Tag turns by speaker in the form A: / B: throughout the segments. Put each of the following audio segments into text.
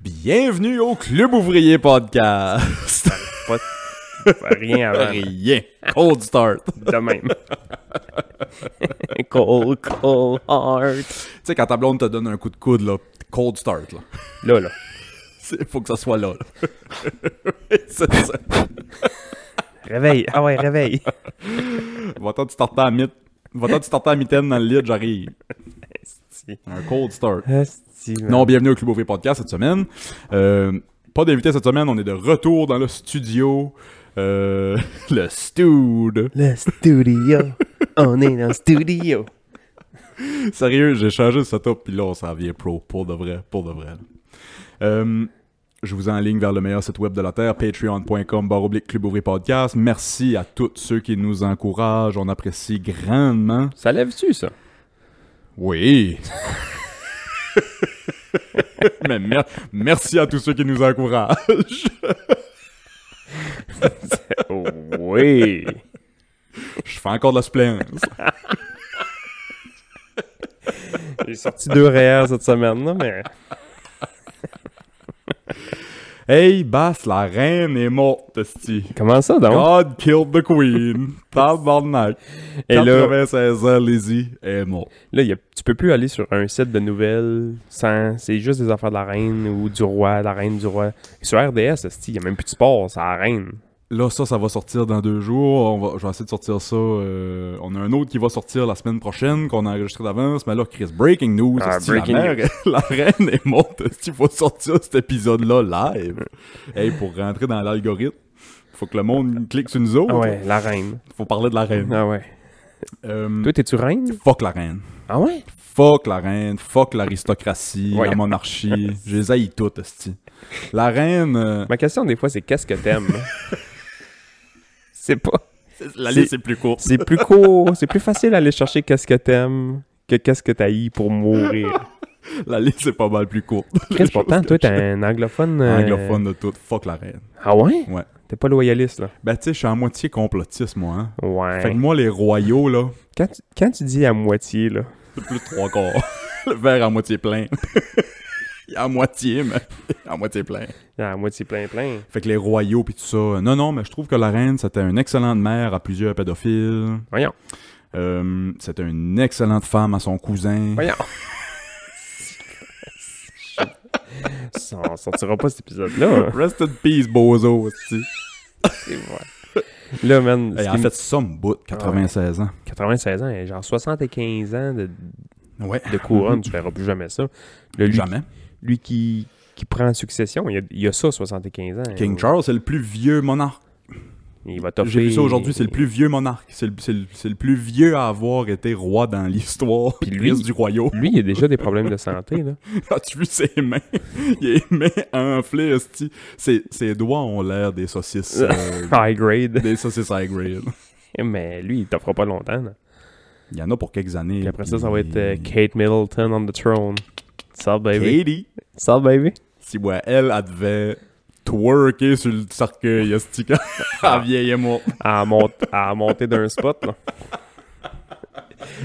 A: Bienvenue au Club Ouvrier Podcast.
B: Pas rien avant.
A: Rien. Cold start. Tu
B: De même. cold, cold heart.
A: sais, quand ta blonde te donne un coup de coude, là, cold start, là.
B: Là, là.
A: C'est- Faut que ça soit là. là. C'est ça.
B: Réveille. Ah ouais, réveille.
A: Va-t'en, tu t'entends à mit... Va-t'en, tu t'entends à mitaine dans le lit, j'arrive. Un cold start.
B: Asti, man.
A: Non, bienvenue au Club Ouvrier Podcast cette semaine. Euh, pas d'invité cette semaine, on est de retour dans le studio. Euh, le studio.
B: Le studio. On est dans le studio.
A: Sérieux, j'ai changé le setup, puis là, on s'en vient pro, pour de vrai, pour de vrai. là. Euh, je vous enligne vers le meilleur site web de la Terre, patreon.com, barre oblique, club ouvrier podcast. Merci à tous ceux qui nous encouragent, on apprécie grandement.
B: Ça lève-tu, ça?
A: Oui! Mais mer- merci à tous ceux qui nous encouragent.
B: Oui.
A: Je fais encore de la splendide.
B: J'ai sorti deux réels cette semaine, là, mais...
A: Hey, Bass, la reine est morte, esti.
B: Comment ça, donc?
A: God killed the queen. Tabarnak.
B: Et là-
A: 96 ans, Lizzie est morte.
B: Là, y a- tu peux plus aller sur un site de nouvelles sans. C'est juste des affaires de la reine ou du roi, la reine du roi. Sur RDS, il n'y a même plus de sport, c'est la reine.
A: Là, ça, ça va sortir dans deux jours. On va, je vais essayer de sortir ça. euh, on a un autre qui va sortir la semaine prochaine, qu'on a enregistré d'avance. Mais là, Chris, breaking news.
B: Ah,
A: esti, la
B: breaking
A: mère- la reine est morte. Il faut sortir cet épisode-là live. hey, pour rentrer dans l'algorithme, faut que le monde clique sur nous autres.
B: Ah ouais, la reine.
A: Faut parler de la reine.
B: Ah ouais.
A: Euh,
B: Toi, t'es-tu reine?
A: fuck la reine.
B: Ah ouais?
A: Fuck la reine, fuck l'aristocratie,
B: Ouais.
A: la monarchie. Je les haïs toutes, esti. La reine... euh,
B: Ma question, des fois, c'est qu'est-ce que t'aimes? c'est pas.
A: La
B: liste
A: est plus courte.
B: C'est plus court, c'est plus facile d'aller chercher qu'est-ce que t'aimes que qu'est-ce que t'haïs pour mourir.
A: La liste est pas mal plus courte.
B: Chris, pourtant, toi, t'es un anglophone. euh,
A: Anglophone de tout. Fuck la reine.
B: Ah ouais?
A: Ouais.
B: T'es pas loyaliste, là.
A: Ben, tu sais, je suis à moitié complotiste, moi. Hein?
B: Ouais.
A: Fait que moi, les royaux, là,
B: Quand, tu, quand tu dis à moitié, là.
A: c'est plus de trois quarts. Le verre à moitié plein. Il est à moitié, mais à moitié plein.
B: À moitié plein plein.
A: Fait que les royaux puis tout ça. Non, non, mais je trouve que la reine, c'était une excellente mère à plusieurs pédophiles.
B: Voyons.
A: Euh, c'était une excellente femme à son cousin.
B: Voyons. Ça, on sortira pas cet épisode-là.
A: Rest in peace, bozo, aussi.
B: C'est vrai. Là, man, ce
A: Elle a
B: qui Ah
A: fait somme bout, 96 ans.
B: me- 96 ans, elle a genre 75 ans de,
A: Ouais.
B: de couronne, tu verras plus jamais ça. Là, lui,
A: Jamais.
B: lui qui, qui prend la succession, il y a, il y a ça, 75 ans. hein.
A: King Charles, c'est le plus vieux monarque.
B: Il va toffer.
A: J'ai vu ça aujourd'hui, c'est le plus vieux monarque. C'est le, c'est le- c'est le plus vieux à avoir été roi dans l'histoire
B: Puis
A: du
B: lui-
A: reste du royaume.
B: Lui, il a déjà des problèmes de santé, là.
A: As-tu vu ses mains? Il a les mains enflées, esti. Ses, ses doigts ont l'air des saucisses... euh,
B: High grade.
A: des saucisses high grade.
B: Mais lui, il t'offre pas longtemps, là.
A: Il y en a pour quelques années.
B: Puis après ça, ça va être euh,
A: Katie.
B: Kate Middleton on the throne. Ça, baby.
A: Katie.
B: Ça, baby.
A: Si ouais, elle, elle devait twerker sur le cercueil, esti, quand elle vieillit morte.
B: à, mont- à monter d'un spot. Là.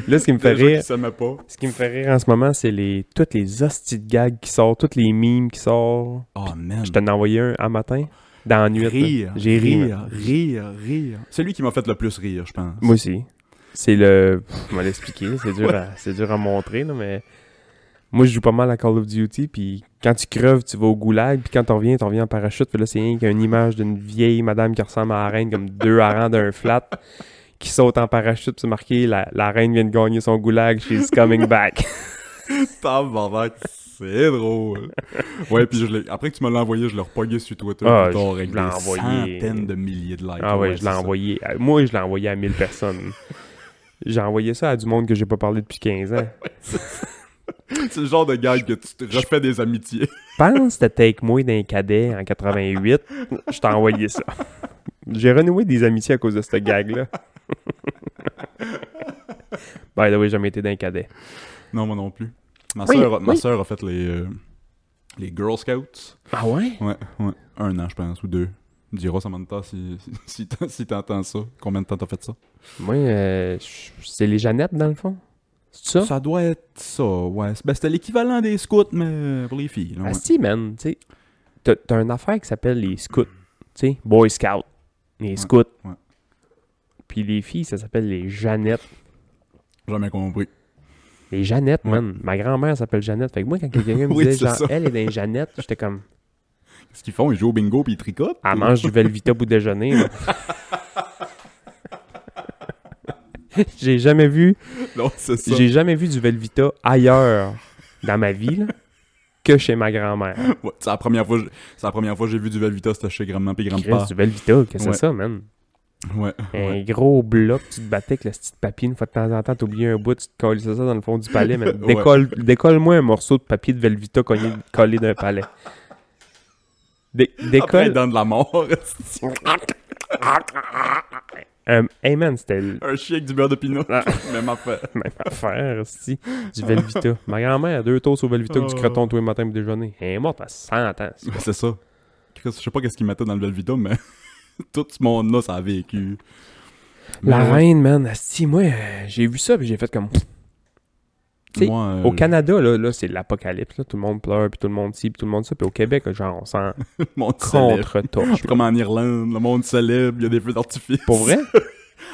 B: Là, ce qui me fait
A: Déjà qu'il
B: rire,
A: s'aimait pas.
B: ce qui me fait rire en ce moment, c'est les toutes les hosties de gags qui sortent, toutes les mimes qui sortent.
A: Oh, man.
B: Je t'en ai envoyé un à matin, dans la nuit. là.
A: Rire,
B: J'ai ri.
A: rire,
B: man.
A: rire, rire. C'est lui qui m'a fait le plus rire, je pense.
B: Moi aussi. C'est le. pff, Je vais l'expliquer, c'est dur, à... c'est dur à montrer, là, mais. Moi, je joue pas mal à Call of Duty, puis quand tu creves, tu vas au goulag, puis quand t'en reviens, t'en reviens en parachute, puis là, c'est rien qu'une image d'une vieille madame qui ressemble à la reine, comme deux harengs d'un flat, qui saute en parachute, puis c'est marqué la... la reine vient de gagner son goulag, she's coming back.
A: Tabarnak, c'est drôle. Ouais, puis je l'ai- après que tu me l'as envoyé, je l'ai repogné sur Twitter
B: Ah,
A: plus tard
B: je-
A: avec
B: je
A: des
B: l'ai envoyé.
A: centaines de milliers de likes.
B: ah ouais, je
A: c'est
B: l'ai
A: ça.
B: envoyé. à- Moi, je l'ai envoyé à 1000 personnes. J'ai envoyé ça à du monde que j'ai pas parlé depuis 15 ans.
A: C'est le genre de gars que tu te refais des amitiés.
B: pense que Take Moi d'un cadet en 88. Je t'ai envoyé ça. J'ai renoué des amitiés à cause de cette gag-là. By the way, j'ai jamais été d'un cadet.
A: Non, moi non plus. Ma
B: Oui,
A: soeur, ma
B: oui.
A: sœur a fait les, euh, les Girl Scouts.
B: Ah ouais?
A: Ouais, ouais. Un an, je pense, ou deux. Dira Samantha si, si, si t'en- si t'entends ça. Combien de temps t'as fait ça?
B: Moi, euh, je- c'est les Jeannettes, dans le fond. C'est ça?
A: Ça doit être ça, ouais. Ben, c'était l'équivalent des scouts, mais pour les filles. là, ouais.
B: Ah si, man. tu sais, T'as t'as une affaire qui s'appelle les scouts. Tu sais, Boy Scout. Les scouts.
A: ouais.
B: Puis les filles, ça s'appelle les Jeannettes.
A: Jamais compris.
B: Les Jeannettes,
A: Ouais.
B: man. Ma grand-mère s'appelle Jeannette. Fait que moi, quand quelqu'un me
A: Oui,
B: disait,
A: c'est
B: genre,
A: ça.
B: elle est des Jeannettes, j'étais comme,
A: Qu'est-ce qu'ils font? Ils jouent au bingo puis ils tricotent?
B: elle mange du Velvita au déjeuner. là. J'ai jamais vu
A: Non, c'est ça.
B: J'ai jamais vu du Velvita ailleurs dans ma vie là, que chez ma grand-mère.
A: Ouais, c'est la première fois, que je- c'est la première fois que j'ai vu du Velvita, c'était chez grand-maman puis
B: Chris,
A: grand-père.
B: du Velvita, qu'est-ce que c'est
A: Ouais.
B: ça, man?
A: Ouais, ouais.
B: Un gros bloc, tu te battais avec le petit papier. Une fois de temps en temps, t'oubliais un bout, tu te collais ça dans le fond du palais. man.
A: Ouais.
B: Décolle- Décolle-moi un morceau de papier de Velvita cogné- collé d'un palais. Dé-
A: Après,
B: décolle.
A: dans Ah, de la mort,
B: Euh, hey man, c'était le-
A: un chien avec du beurre de pinot.
B: Ah.
A: Même affaire.
B: même affaire, esti, du Velvita. Ma grand-mère, deux toasts au Velvita que du
A: Oh.
B: croton tous les matins pour déjeuner. Elle est morte à 100 ans. c'est-
A: Ouais, c'est ça. Chris, je sais pas qu'est-ce qu'il mettait dans le Velvita, mais tout ce monde-là, ça a vécu.
B: La
A: Mais ouais,
B: reine, man, asti, moi, euh, j'ai vu ça, puis j'ai fait comme... Hmm. tu sais,
A: moi, euh,
B: Au Canada, là, là c'est l'apocalypse, là. Tout le monde pleure, puis tout le monde ci, puis tout le monde ça. Puis au Québec, genre, on s'en
A: le monde célèbre.
B: contre-torche.
A: Comme en Irlande, le monde célèbre, il y a des feux d'artifice.
B: Pour vrai?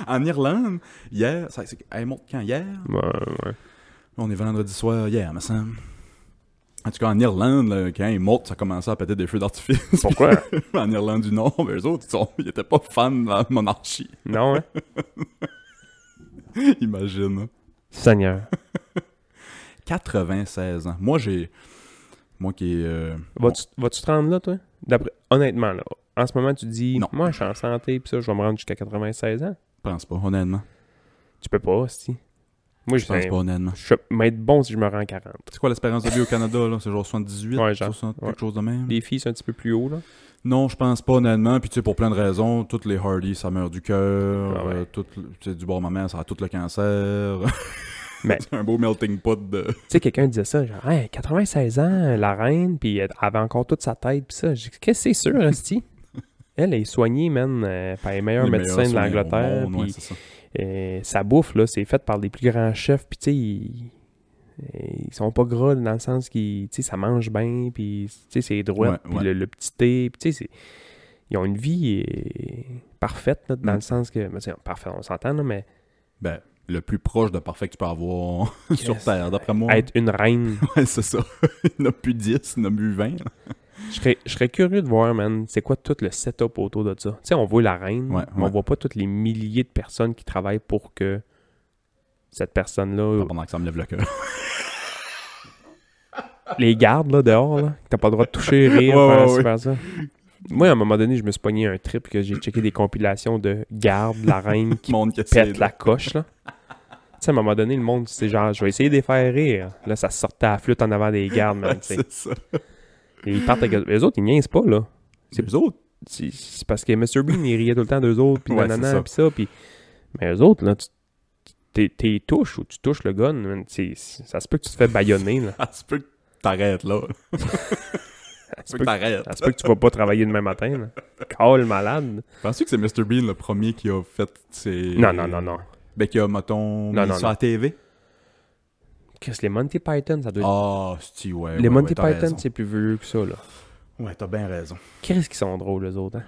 A: En Irlande, hier, ça, c'est, elle monte quand hier?
B: Ouais, ouais.
A: On est vendredi soir hier, me semble. En tout cas, en Irlande, là, quand ils montent, ça commençait à péter des feux d'artifice.
B: Pourquoi?
A: en Irlande du Nord, mais eux autres, ils, sont- ils étaient pas fans de la monarchie,
B: non, hein?
A: imagine.
B: Seigneur.
A: 96 ans. Moi, j'ai... Moi qui est... euh,
B: Vas-tu vas-tu te rendre là, toi? D'après, honnêtement, là, en ce moment, tu dis,
A: Non.
B: moi, je suis en santé, puis ça, je vais me rendre jusqu'à 96 ans.
A: bon, pense pas, honnêtement.
B: Tu peux pas, si. Moi, je
A: Je pense pas, honnêtement.
B: Je vais être bon si je me rends à 40.
A: C'est quoi l'espérance de vie au Canada, là? C'est genre 78,
B: Ouais, genre,
A: 60,
B: ouais.
A: quelque chose de même?
B: Les filles, c'est un petit peu plus haut, là.
A: Non, je pense pas, honnêtement. Puis, tu sais, pour plein de raisons, toutes les Hardy, ça meurt du cœur.
B: Ah ouais.
A: euh, tout le- tu sais, du bord maman, ça a tout le cancer.
B: Mais-
A: C'est un beau melting pot de...
B: Tu sais, quelqu'un disait ça, genre, Hey, 96 ans, euh, la reine, puis elle avait encore toute sa tête, puis ça. J'ai dit, qu'est-ce que c'est sûr, Esti? Elle est soignée, man, euh, par les meilleurs
A: les
B: médecins
A: meilleurs
B: de
A: souvenirs au
B: l'Angleterre,
A: monde, ouais,
B: puis
A: c'est ça.
B: euh, sa bouffe, là, c'est faite par les plus grands chefs, puis tu sais, ils, ils sont pas gras dans le sens qu'ils, tu sais, ça mange bien, puis tu sais, c'est droit,
A: Ouais,
B: puis
A: ouais.
B: le, le petit thé, puis tu sais, c'est- ils ont une vie euh, parfaite, là, dans
A: Mm.
B: le sens que, ben, tu sais, parfait, on s'entend, là, mais
A: Ben, le plus proche de parfait que tu peux avoir sur
B: Yes.
A: Terre, d'après moi.
B: être une reine,
A: Ouais, c'est ça. Il n'y en a plus 10, il n'y en a plus 20. là.
B: Oh. Je serais, je serais curieux de voir, man, c'est quoi tout le setup autour de ça. Tu sais, on voit la reine,
A: Ouais,
B: mais
A: ouais.
B: on voit pas toutes les milliers de personnes qui travaillent pour que cette personne-là,
A: Pendant que ça me lève le cœur.
B: les gardes là, dehors, là, que t'as pas le droit de toucher, rire,
A: Ouais,
B: faire,
A: ouais,
B: ci,
A: ouais.
B: faire ça. Moi, à un moment donné, je me suis pogné un trip que j'ai checké des compilations de gardes, la reine qui
A: Monde qui essaie
B: pète
A: de-
B: la coche, là. Tu sais, à un moment donné, le monde, c'est genre, je vais essayer de les faire rire. Là, ça sortait à la flûte en avant des gardes, man,
A: Ouais,
B: tu sais.
A: c'est ça.
B: Et ils partent avec... Les autres, ils niaisent pas, là.
A: C'est eux autres.
B: c'est c'est parce que Mr. Bean, il riait tout le temps d'eux autres, puis
A: Ouais, c'est ça.
B: nanana, puis ça, puis... Mais eux autres, là, tu t'es- t'es touches ou tu touches le gun, man, c'est- c'est- ça se peut que tu te fais baïonner, là.
A: Ah, c'est peu que t'arrêtes, là.
B: Ça se
A: C'est
B: peut
A: peu que
B: que,
A: t'arrêtes.
B: ça se peut que tu vas pas travailler demain matin, là. Call malade.
A: Penses-tu que c'est Mr. Bean le premier qui a fait ses.
B: Non, non, non, non.
A: Ben, qui a, mettons,
B: Non,
A: mis
B: non,
A: ça à
B: non.
A: TV.
B: Chris, les Monty Python, ça doit être...
A: Ah, si, ouais.
B: les
A: ouais,
B: Monty
A: ouais, t'as
B: Python,
A: raison.
B: c'est plus vieux que ça, là.
A: Ouais, t'as bien raison.
B: Qu'est-ce qu'ils sont drôles, eux autres, hein?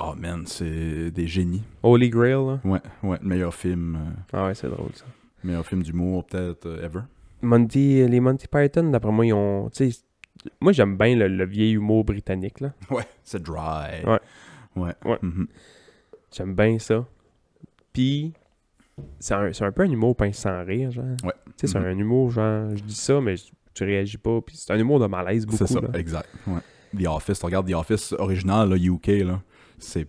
A: Oh, man, c'est des génies.
B: Holy Grail, là.
A: Ouais, ouais. Le meilleur film. euh,
B: Ah ouais, c'est drôle, ça.
A: meilleur film d'humour, peut-être, euh, ever.
B: Monty, les Monty Python, d'après moi, ils ont... tu sais, moi, j'aime bien le, le vieil humour britannique, là.
A: Ouais, c'est dry.
B: Ouais.
A: Ouais.
B: Ouais.
A: Mhm.
B: J'aime bien ça. Puis, c'est un, c'est un peu un humour pince sans rire, genre.
A: Ouais.
B: Tu sais, c'est
A: Mhm.
B: un humour, genre, je dis ça, mais je- tu réagis pas. Puis, c'est un humour de malaise beaucoup.
A: C'est ça,
B: là.
A: exact. Ouais. The Office, tu regardes The Office original, là, UK, là, c'est...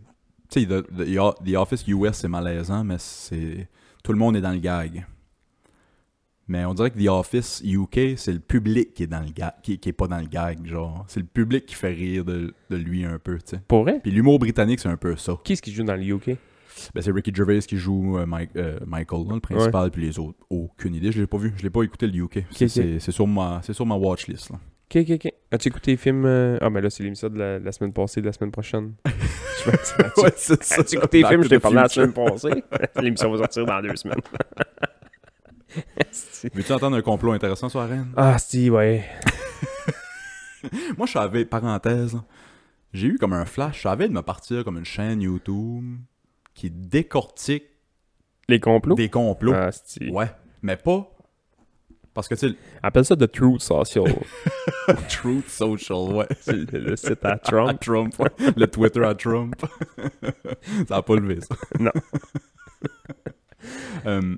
A: Tu sais, the, the- The Office US, c'est malaisant, mais c'est... Tout le monde est dans le gag. Mais on dirait que The Office UK, c'est le public qui est dans le gag, qui, qui est pas dans le gag, genre. C'est le public qui fait rire de, de lui un peu, tu sais.
B: Pour vrai?
A: Puis l'humour britannique, c'est un peu ça.
B: Qui est-ce qui joue dans le UK?
A: Ben, c'est Ricky Gervais qui joue euh, Mike- euh, Michael, là, le principal, puis les autres. Aucune idée, je l'ai pas vu. Je l'ai pas écouté, le UK. C'est-
B: ok.
A: C'est c'est sur ma, c'est sur ma watchlist, là.
B: Ok, ok, ok. As-tu écouté les films... euh, Ah, mais là, c'est l'émission de la, la semaine passée, de la semaine prochaine. Je pense que c'est là-dessus.
A: c'est ça.
B: As-tu écouté les films? Je t'ai
A: Back to the
B: parlé la
A: Future.
B: semaine passée. L'émission va sortir dans deux semaines. Esti.
A: Veux-tu entendre un complot intéressant sur la reine?
B: ah, si, ouais.
A: Moi, je savais, parenthèse, là, j'ai eu comme un flash. Je savais de me partir comme une chaîne YouTube qui décortique
B: Les complots.
A: des complots.
B: Ah, c'est-
A: Ouais, mais pas. Parce que, tu sais,
B: Appelle ça The Truth Social.
A: le Truth Social, ouais.
B: C'est le site à
A: À
B: Trump.
A: Trump, ouais. Le Twitter à Trump. ça n'a pas levé, ça.
B: Non.
A: Euh,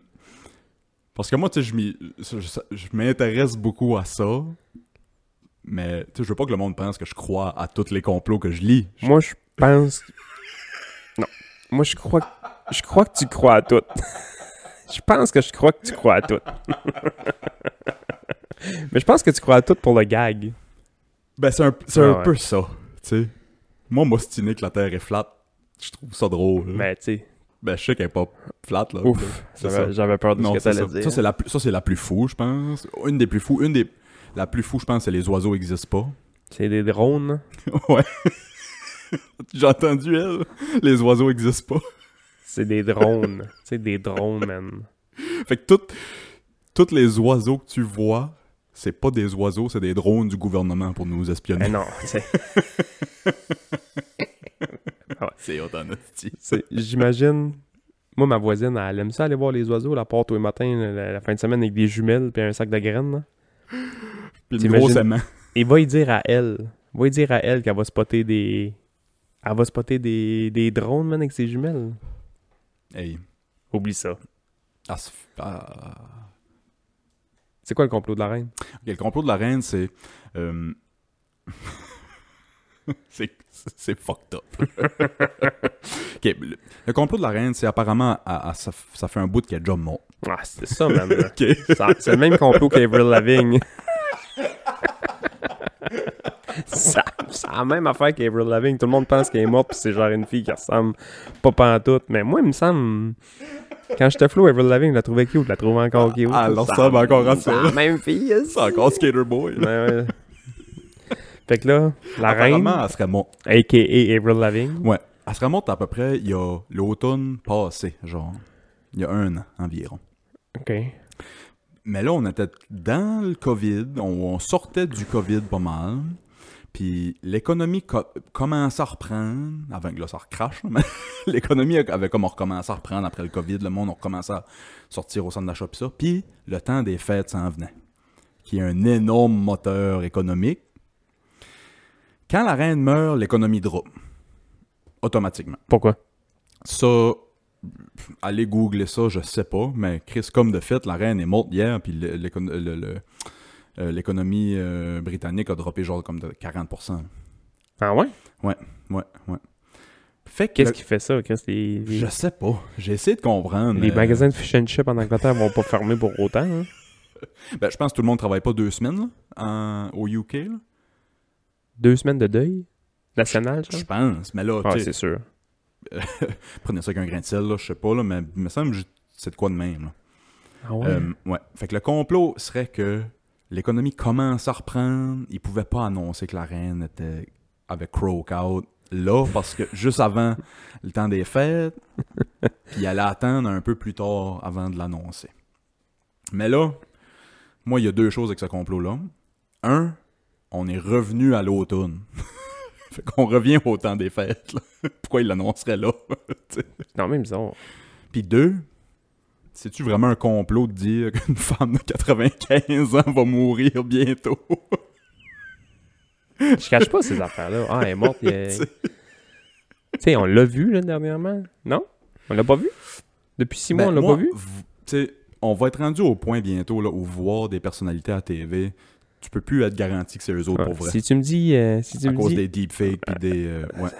A: parce que moi, tu sais, je m'y- je- je- je m'intéresse beaucoup à ça. Mais, tu sais, je veux pas que le monde pense que je crois à tous les complots que je lis.
B: Moi, je pense. Non. Moi, je crois. que- Je crois que tu crois à tout. je pense que je crois que tu crois à tout. Mais je pense que tu crois à tout pour le gag.
A: Ben, c'est un, c'est
B: Ah
A: un
B: ouais.
A: peu ça, tu sais. Moi, m'ostiner que la Terre est flat, je trouve ça drôle.
B: Mais tu sais,
A: Ben, je sais qu'elle est pas flat, là.
B: ouf,
A: c'est
B: j'avais-
A: ça.
B: j'avais peur de
A: Non,
B: ce que
A: c'est ça.
B: t'allais dire.
A: Ça, c'est la, plus- ça, c'est la plus fou, je pense. Une des plus fous. Une des... La plus fou, je pense, c'est les oiseaux n'existent
B: C'est des drones. hein.
A: pas. ouais. J'ai entendu, elle. Les oiseaux n'existent pas.
B: C'est des drones. c'est des drones, man.
A: Fait que toutes toutes les oiseaux que tu vois, c'est pas des oiseaux, c'est des drones du gouvernement pour nous espionner.
B: Mais non, c'est-
A: C'est hot en hostie.
B: c'est- j'imagine. Moi, ma voisine, elle aime ça aller voir les oiseaux, la part tous les matins, la, la fin de semaine, avec des jumelles puis un sac de graines. là.
A: Puis une
B: T'imagines-
A: grosse aimant.
B: Et va y dire à elle. Va y dire à elle qu'elle va spotter des. Elle va spotter des, des drones, man, avec ses jumelles.
A: Hey.
B: Oublie ça.
A: Ah, c'est- ah.
B: C'est quoi le complot de la reine?
A: Ok, le complot de la reine, c'est. euh, c'est c'est fucked up. Ok, le, le complot de la reine, c'est apparemment. à- à- ça, ça fait un bout qu'elle est déjà morte.
B: Ah, c'est ça, man.
A: Ok.
B: Ça- C'est le même complot qu'Avril Lavigne. ça, c'est la même affaire qu'Avril Lavigne. Tout le monde pense qu'elle est morte, puis c'est genre une fille qui ressemble pas pantoute. Mais moi, il me semble. Quand j'étais flou, Avril Lavigne, je la trouvais cute, je la trouve encore cute.
A: Ah, elle
B: Ça-
A: ressemble encore à
B: C'est
A: ça.
B: la même fille,
A: C'est encore Skater Boy.
B: Ouais, ouais. Fait que là, la reine,
A: Apparemment, elle serait morte.
B: a.k.a. Avril Lavigne,
A: Ouais. Elle serait morte à peu près il y a l'automne passé, genre. Il y a un an environ.
B: OK.
A: Mais là, on était dans le COVID, on, on sortait du COVID pas mal. Puis l'économie co- commençait à reprendre, avant que là ça recrache, là, mais l'économie avait comme recommencé à reprendre après le COVID, le monde on recommençait à sortir au centre d'achat pis ça. Puis le temps des fêtes s'en venait, qui est un énorme moteur économique. Quand la reine meurt, l'économie drop, automatiquement.
B: Pourquoi?
A: Ça, pff, allez googler ça, je sais pas, mais Chris, comme de fait, la reine est morte hier, puis le- l'écon- le- le- euh, l'économie euh, britannique a droppé genre comme de 40%.
B: Ah ouais?
A: Ouais, ouais. Fait que,
B: Qu'est-ce
A: le-
B: qui fait ça? Qu'est-ce que les, les-
A: je euh, sais pas, j'ai essayé de comprendre.
B: les
A: mais-
B: magasins de fish and chip en Angleterre vont pas fermer pour autant, hein?
A: Ben, je pense que tout le monde travaille pas deux semaines là, en- au UK, là.
B: Deux semaines de deuil? National, genre?
A: je pense, mais là,
B: Ah,
A: tu sais,
B: c'est sûr.
A: prenez ça avec un grain de sel, là, je sais pas, là, mais il me semble que j- c'est de quoi de même. là.
B: Ah ouais?
A: Euh, ouais. Fait que le complot serait que l'économie commence à reprendre. Ils pouvaient pas annoncer que la reine était avec Croak Out là parce que juste avant le temps des fêtes, puis elle attendre un peu plus tard avant de l'annoncer. Mais là, moi, il y a deux choses avec ce complot-là. Un, on est revenu à l'automne. fait qu'on revient au temps des fêtes. là. Pourquoi il l'annoncerait là?
B: Non, mais bizarre.
A: Puis deux, c'est-tu vraiment un complot de dire qu'une femme de 95 ans va mourir bientôt?
B: Je cache pas ces affaires-là. Ah, elle est morte. il y a- Tu sais, on l'a vu, là, dernièrement. Non? On l'a pas vu? Depuis six mois,
A: Ben,
B: on l'a
A: moi,
B: pas vu?
A: v- Tu sais, on va être rendu au point bientôt là, où voir des personnalités à TV, tu peux plus être garanti que c'est eux autres
B: Ah,
A: pour vrai.
B: si tu me dis... euh, si tu
A: À
B: me
A: cause
B: dis...
A: des deepfakes pis des... euh, ouais,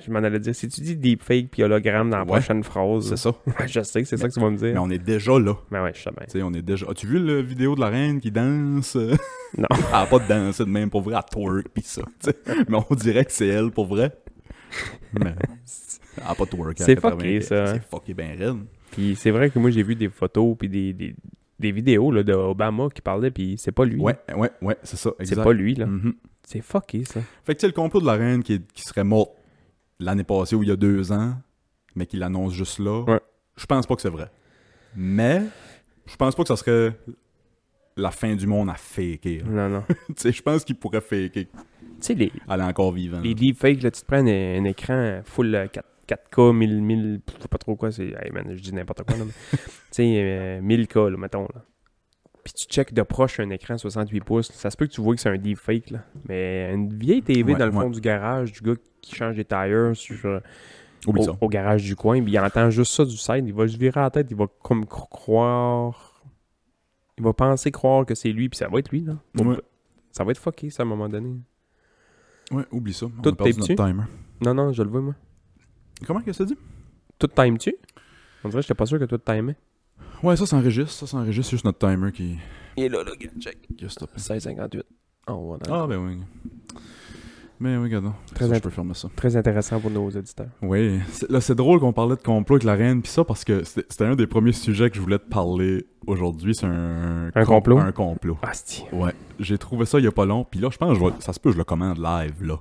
B: Je m'en allais dire, si tu dis deepfake puis hologramme dans la
A: Ouais.
B: prochaine phrase,
A: c'est ça.
B: Ah, je sais que c'est ça que tu vas me dire.
A: Mais on est déjà là.
B: Mais ouais, je sais bien.
A: Tu sais, on est déjà... As-tu vu la vidéo de la reine qui danse? euh?
B: Non.
A: elle a pas de danse de même pour vrai, elle twerk pis ça. tu sais. Mais on dirait que c'est elle pour vrai. Mais... Elle a pas de twerk. elle a
B: C'est fucké,
A: 95.
B: ça, hein.
A: C'est fucké ben raide.
B: Puis c'est vrai que moi, j'ai vu des photos puis des, des, des vidéos là, de Obama qui parlait, puis c'est pas lui.
A: Ouais, ouais, ouais, c'est ça,
B: c'est
A: exact.
B: pas lui, là.
A: Mhm.
B: C'est fucké, ça.
A: Fait que c'est le complot de la reine qui, est- qui serait morte l'année passée ou il y a deux ans, mais qui l'annonce juste là.
B: Ouais.
A: Je pense pas que c'est vrai. Mais je pense pas que ça serait la fin du monde à faker. là.
B: Non, non.
A: tu sais, je pense qu'il pourrait faker.
B: tu sais, les,
A: Elle est encore vivante.
B: les deepfakes, là, tu te prends un, un écran full euh, 4, 4K, 1000, 1000, pff, je sais pas trop quoi, c'est. Hey man, je dis n'importe quoi, là, mais. tu sais, euh, 1000K, là, mettons, là. Puis tu checkes de proche un écran 68 pouces, ça se peut que tu vois que c'est un deepfake, là. Mais une vieille TV
A: Ouais,
B: dans le fond
A: ouais.
B: du garage, du gars qui change des tires sur. euh,
A: Oublie
B: au,
A: ça.
B: au garage du coin, puis il entend juste ça du side, il va se virer à la tête, il va comme cro- croire... Il va penser croire que c'est lui, puis ça va être lui, là. Faut-
A: Ouais.
B: Ça va être fucké, ça, à un moment donné.
A: Ouais, oublie ça. On
B: Tout
A: a perdu
B: tes
A: notre timer.
B: Non, non, je le vois, moi.
A: Comment que ça dit?
B: Tout time-tu? On dirait que j'étais pas sûr que tout timais.
A: Ouais, ça s'enregistre. Ça s'enregistre. C'est juste notre timer qui,
B: Il est là, là, check.
A: qui a stoppé.
B: 16,58. Oh, ouais, non.
A: Ah, ben oui. Mais Ben oui, regarde.
B: Très
A: Ça, Je
B: int-
A: peux fermer ça.
B: Très intéressant pour nos auditeurs.
A: Oui, c'est- là c'est drôle qu'on parlait de complot avec la reine puis ça parce que c'était c'était un des premiers sujets que je voulais te parler aujourd'hui, c'est un
B: Un
A: com-
B: complot?
A: Un complot.
B: Asti.
A: Ouais, j'ai trouvé ça il y a pas long, puis là je pense que je vais- ça se peut que je le commande live là.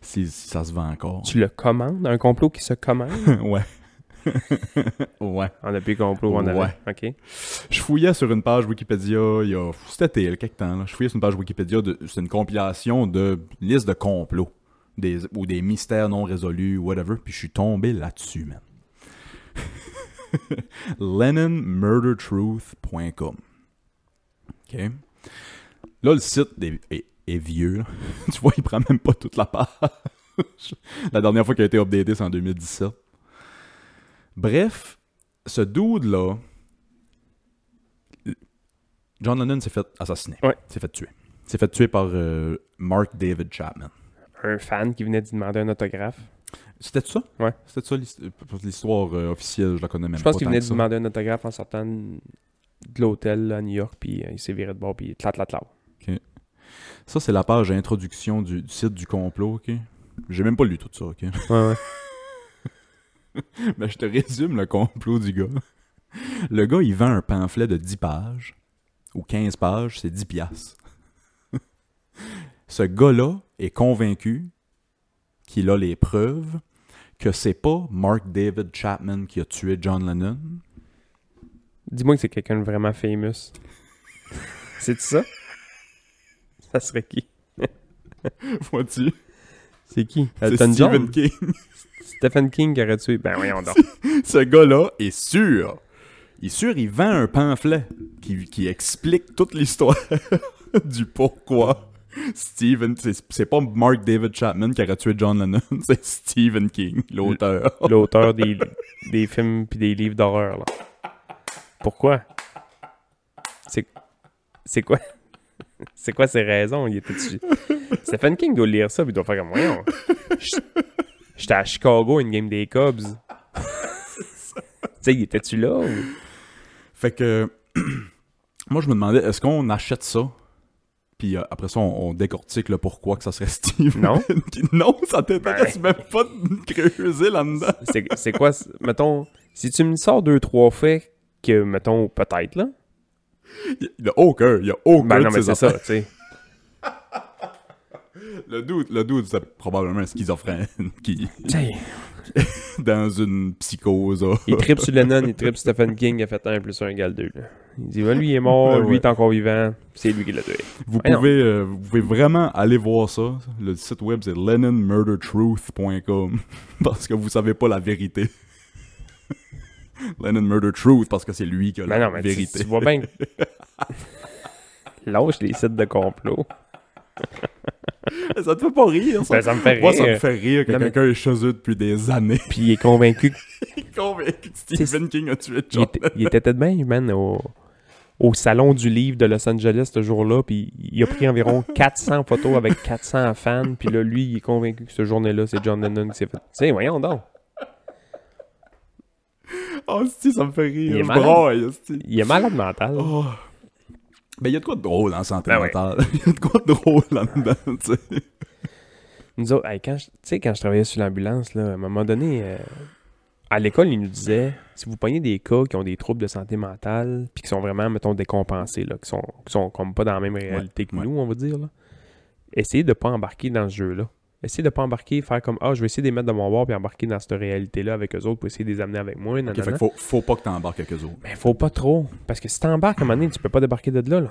A: Si, si ça se vend encore.
B: Tu le commandes? Un complot qui se commande?
A: ouais. ouais.
B: On a plus complot, on a...
A: Ouais.
B: OK.
A: Je fouillais sur une page Wikipédia il y a c'était été, il y a quelques temps là. Je fouillais sur une page Wikipédia de c'est une compilation de listes de complots des ou des mystères non résolus whatever, puis je suis tombé là-dessus, man. LennonMurderTruth.com. OK. Là, le site est, est- est vieux. là. tu vois, il prend même pas toute la page. la dernière fois qu'il a été updaté, c'est en 2017. Bref, ce dude-là, John Lennon s'est fait assassiner.
B: Ouais.
A: S'est fait tuer. S'est fait tuer par euh, Mark David Chapman.
B: Un fan qui venait de demander un autographe.
A: C'était ça?
B: Ouais.
A: C'était ça l'hist- euh, l'histoire euh, officielle, je la connais même
B: Je pense
A: pas
B: qu'il
A: tant
B: venait
A: que
B: de
A: ça.
B: demander un autographe en sortant de de l'hôtel à New York, puis euh, il s'est viré de bord, puis tlat tlat tlat.
A: Ça, c'est la page introduction du, du site du complot, ok? J'ai même pas lu tout ça, ok?
B: Ouais, ouais.
A: Ben, je te résume le complot du gars. Le gars, il vend un pamphlet de 10 pages, ou 15 pages, c'est 10 piastres. Ce gars-là est convaincu qu'il a les preuves que c'est pas Mark David Chapman qui a tué John Lennon.
B: Dis-moi que c'est quelqu'un de vraiment famous. C'est ça? Ça serait qui?
A: Vois-tu?
B: C'est qui?
A: C'est
B: Elton
A: Stephen
B: John?
A: King.
B: Stephen King qui aurait tué. Ben voyons donc.
A: ce gars-là est sûr. Il est sûr, il vend un pamphlet qui, qui explique toute l'histoire du pourquoi Stephen. C'est c'est pas Mark David Chapman qui aurait tué John Lennon, c'est Stephen King, l'auteur.
B: L'auteur des, des films puis des livres d'horreur, là. Pourquoi? C'est c'est quoi? C'est quoi ses raisons? Il était Stephen King doit lire ça, puis il doit faire comme voyons. j- J'étais à Chicago, une game des Cubs. tu sais, il était-tu là? ou-
A: Fait que. Moi, je me demandais, est-ce qu'on achète ça? Puis euh, après ça, on, on décortique le pourquoi que ça serait Stephen
B: Non. Ben.
A: King. Non, ça t'intéresse même pas de creuser là-dedans.
B: C'est c'est quoi? c- Mettons, si tu me sors deux, trois faits que, mettons, peut-être, là.
A: Il y a aucun, il y a aucun
B: Ben
A: de
B: non, mais
A: ces
B: c'est ça, tu sais.
A: Le doute, le doute, c'est probablement un schizophrène qui
B: T'sais,
A: dans une psychose.
B: Il tripe sur Lennon, il tripe sur Stephen King, il a fait 1 plus 1 égale 2. Là. Il dit, ben, lui, il est mort,
A: Ouais,
B: lui,
A: ouais.
B: il est encore vivant, c'est lui qui l'a tué.
A: Vous
B: Voyons.
A: pouvez, euh, vous pouvez vraiment aller voir ça. Le site web c'est lennonmurdertruth.com parce que vous savez pas la vérité. Lennon Murder Truth parce que c'est lui qui a
B: Mais
A: la
B: Ben non, mais tu,
A: vérité.
B: tu vois bien. que- Lâche les sites de complot.
A: Ça te fait pas rire ça.
B: Ben, ça me fait
A: Moi, ça me
B: rire.
A: fait rire que
B: Non, mais-
A: quelqu'un est chez eux depuis des années.
B: Puis il est convaincu
A: Convaincu que Stephen King a tué
B: qu'il
A: John.
B: était, il était peut-être bien, man, au, au salon du livre de Los Angeles ce jour-là. Puis il a pris environ 400 photos avec 400 fans. Puis là, lui, il est convaincu que ce journée-là, c'est John Lennon qui s'est fait. Tu sais, voyons donc.
A: Oh, si, ça me fait rire.
B: Il est
A: Je
B: malade.
A: braille, hostie.
B: Il est malade mental.
A: Oh. Ben, il y a de quoi de drôle en santé
B: Ben ouais.
A: mentale. Il y a de quoi de drôle là-dedans, tu sais.
B: Nous autres, hey, quand je, tu sais, quand je travaillais sur l'ambulance, là, à un moment donné, euh, à l'école, ils nous disaient si vous prenez des cas qui ont des troubles de santé mentale, puis qui sont vraiment, mettons, décompensés, là, qui sont, qui sont comme pas dans la même réalité que
A: ouais.
B: nous, on va dire, là, essayez de pas embarquer dans ce jeu-là. Essayez de pas embarquer, faire comme Ah, je vais essayer de les mettre de mon bord, puis embarquer dans cette réalité-là avec eux autres pour essayer de les amener avec moi.
A: Ok,
B: nanana.
A: fait que faut, faut pas que t'embarques avec eux autres.
B: Mais faut pas trop, parce que si t'embarques à un moment donné, tu peux pas débarquer de là. là.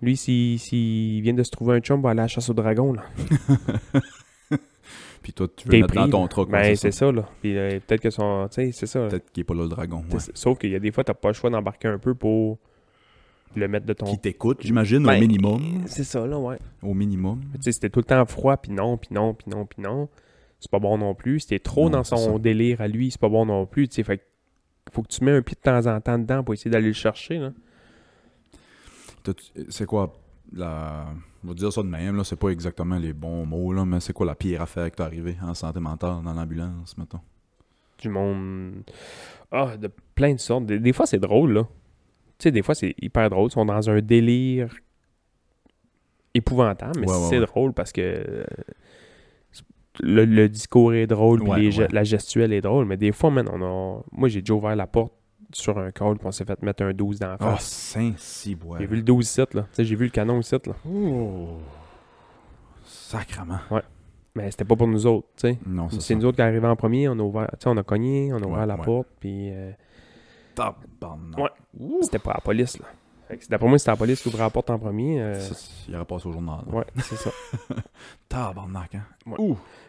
B: Lui, s'il s'il vient de se trouver un chum, il va aller à la chasse au dragon. Là.
A: Puis toi, tu veux
B: T'es
A: mettre dans
B: pris,
A: ton
B: là.
A: truc.
B: Ben, c'est ça, là. Puis euh, peut-être que son. Tu sais, c'est ça.
A: Peut-être qu'il n'est pas là le dragon. ouais.
B: T'es- Sauf qu'il y a des fois, t'as pas le choix d'embarquer un peu pour le mettre de ton.
A: Qui t'écoute, j'imagine, au
B: Ben,
A: minimum.
B: C'est ça, là, ouais.
A: Au minimum.
B: Mais tu sais, c'était tout le temps froid, puis non, puis non, puis non, puis non. C'est pas bon non plus. C'était trop
A: Non,
B: dans
A: c'est
B: son
A: ça.
B: délire à lui, c'est pas bon non plus. Tu sais, fait que faut que tu mets un pied de temps en temps dedans pour essayer d'aller le chercher, là.
A: T'as-tu- C'est quoi la. On va dire ça de même, là, c'est pas exactement les bons mots, là, mais c'est quoi la pire affaire que t'es arrivée en santé mentale dans l'ambulance, mettons?
B: Du monde. Ah, de plein de sortes. Des, des fois, c'est drôle, là. Tu sais, des fois, c'est hyper drôle. Ils sont dans un délire épouvantable, mais
A: Ouais, ouais,
B: c'est
A: ouais.
B: drôle parce que euh, le, le discours est drôle, puis
A: Ouais,
B: les ge-
A: ouais.
B: la gestuelle est drôle. Mais des fois, man, on a... moi, j'ai déjà ouvert la porte sur un call, puis on s'est fait mettre un 12 dans la
A: Ah,
B: face.
A: saint
B: J'ai
A: bois.
B: vu le 12 7 là. Tu sais, j'ai vu le canon 7 là.
A: Oh! Sacrement.
B: Mais c'était pas pour nous autres, tu sais.
A: Non, c'est ça.
B: C'est nous autres qui arrivons en premier, on a ouvert, tu sais, on a cogné, on a ouvert
A: Ouais,
B: la
A: ouais.
B: porte, puis euh,
A: Tabarnak.
B: Ouais.
A: Ouh!
B: c'était pas la police là. Fait que c'est- D'après moi, c'était la police qui ouvrait la porte en premier. euh,
A: Ça, c'est- il aurait passé au journal. là.
B: ouais, c'est ça.
A: Tabarnak, hein?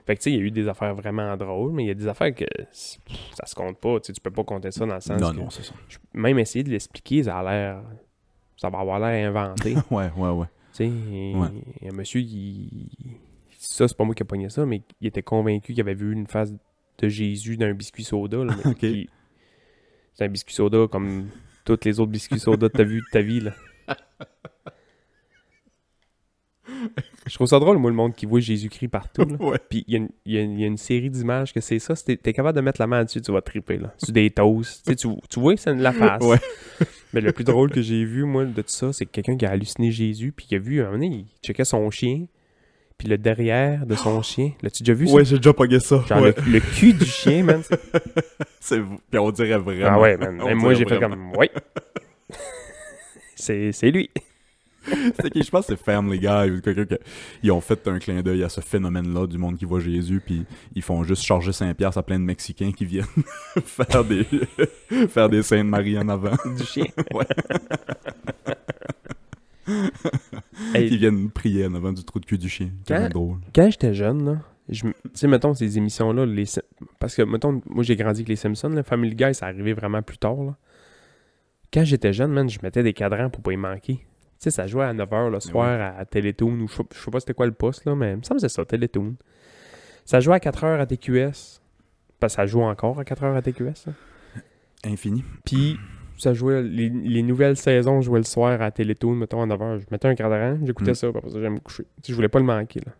B: Fait que tu sais, il y a eu des affaires vraiment drôles, mais il y a des affaires que c'est- ça se compte pas, tu sais, tu peux pas compter ça dans le sens
A: Non,
B: que
A: non, c'est ça.
B: Je- même essayer de l'expliquer, ça a l'air ça va avoir l'air inventé.
A: Ouais, ouais, ouais.
B: Tu sais, il-
A: Ouais.
B: il y a un monsieur, il... ça, c'est pas moi qui ai pogné ça, mais il était convaincu qu'il avait vu une face de Jésus d'un biscuit soda. là, mais-
A: Ok.
B: puis- c'est un biscuit soda comme tous les autres biscuits soda que t'as vu de ta vie. Là. Je trouve ça drôle, moi, le monde qui voit Jésus-Christ partout. là.
A: Ouais.
B: Puis il y a une- il y, a une- il y a une série d'images que c'est ça. Si t'es t'es capable de mettre la main dessus, tu vas triper. Là. Sur des toasts. Tu sais, Tu, tu vois, c'est de la face.
A: Ouais.
B: Mais le plus drôle que j'ai vu, moi, de tout ça, c'est quelqu'un qui a halluciné Jésus, puis qui a vu, à un moment donné, il checkait son chien, puis le derrière de son chien. L'as-tu déjà vu ça?
A: Ouais, j'ai déjà pogué ça.
B: Genre
A: Ouais.
B: le, le cul du chien, man.
A: C'est... Puis on dirait vraiment.
B: Ah ouais, man.
A: On
B: Même moi,
A: dirait
B: j'ai fait
A: vraiment.
B: comme, ouais. c'est c'est lui.
A: C'est qui, je pense que c'est Family Guy ou quelqu'un qui ils ont fait un clin d'œil à ce phénomène-là du monde qui voit Jésus, puis ils font juste charger Saint-Pierre à plein de Mexicains qui viennent faire des faire des Saintes Marie en avant,
B: du chien.
A: Ouais.
B: Hey,
A: qui viennent prier en avant du trou de cul du chien. C'est
B: Quand-
A: bien drôle.
B: quand j'étais jeune, là, je me- tu sais, mettons, ces émissions-là, les Sim- parce que, mettons, moi, j'ai grandi avec les Simpsons, là, Family Guy, ça arrivait vraiment plus tard, là. Quand j'étais jeune, man, je mettais des cadrans pour pas y manquer. Tu sais, ça jouait à 9h le soir à Télétoon, ou je sais- je sais pas c'était quoi le poste, là, mais il me semble que c'est ça, Télétoon. Ça jouait à 4h à TQS, parce que ça joue encore à 4h à TQS, là.
A: Infini.
B: Puis, ça jouait, les, les nouvelles saisons jouaient le soir à Télétoon, mettons, à 9h. Je mettais un cadran, j'écoutais
A: Mm.
B: ça, puis après ça, j'allais me coucher. Tu sais, je voulais pas le manquer, là.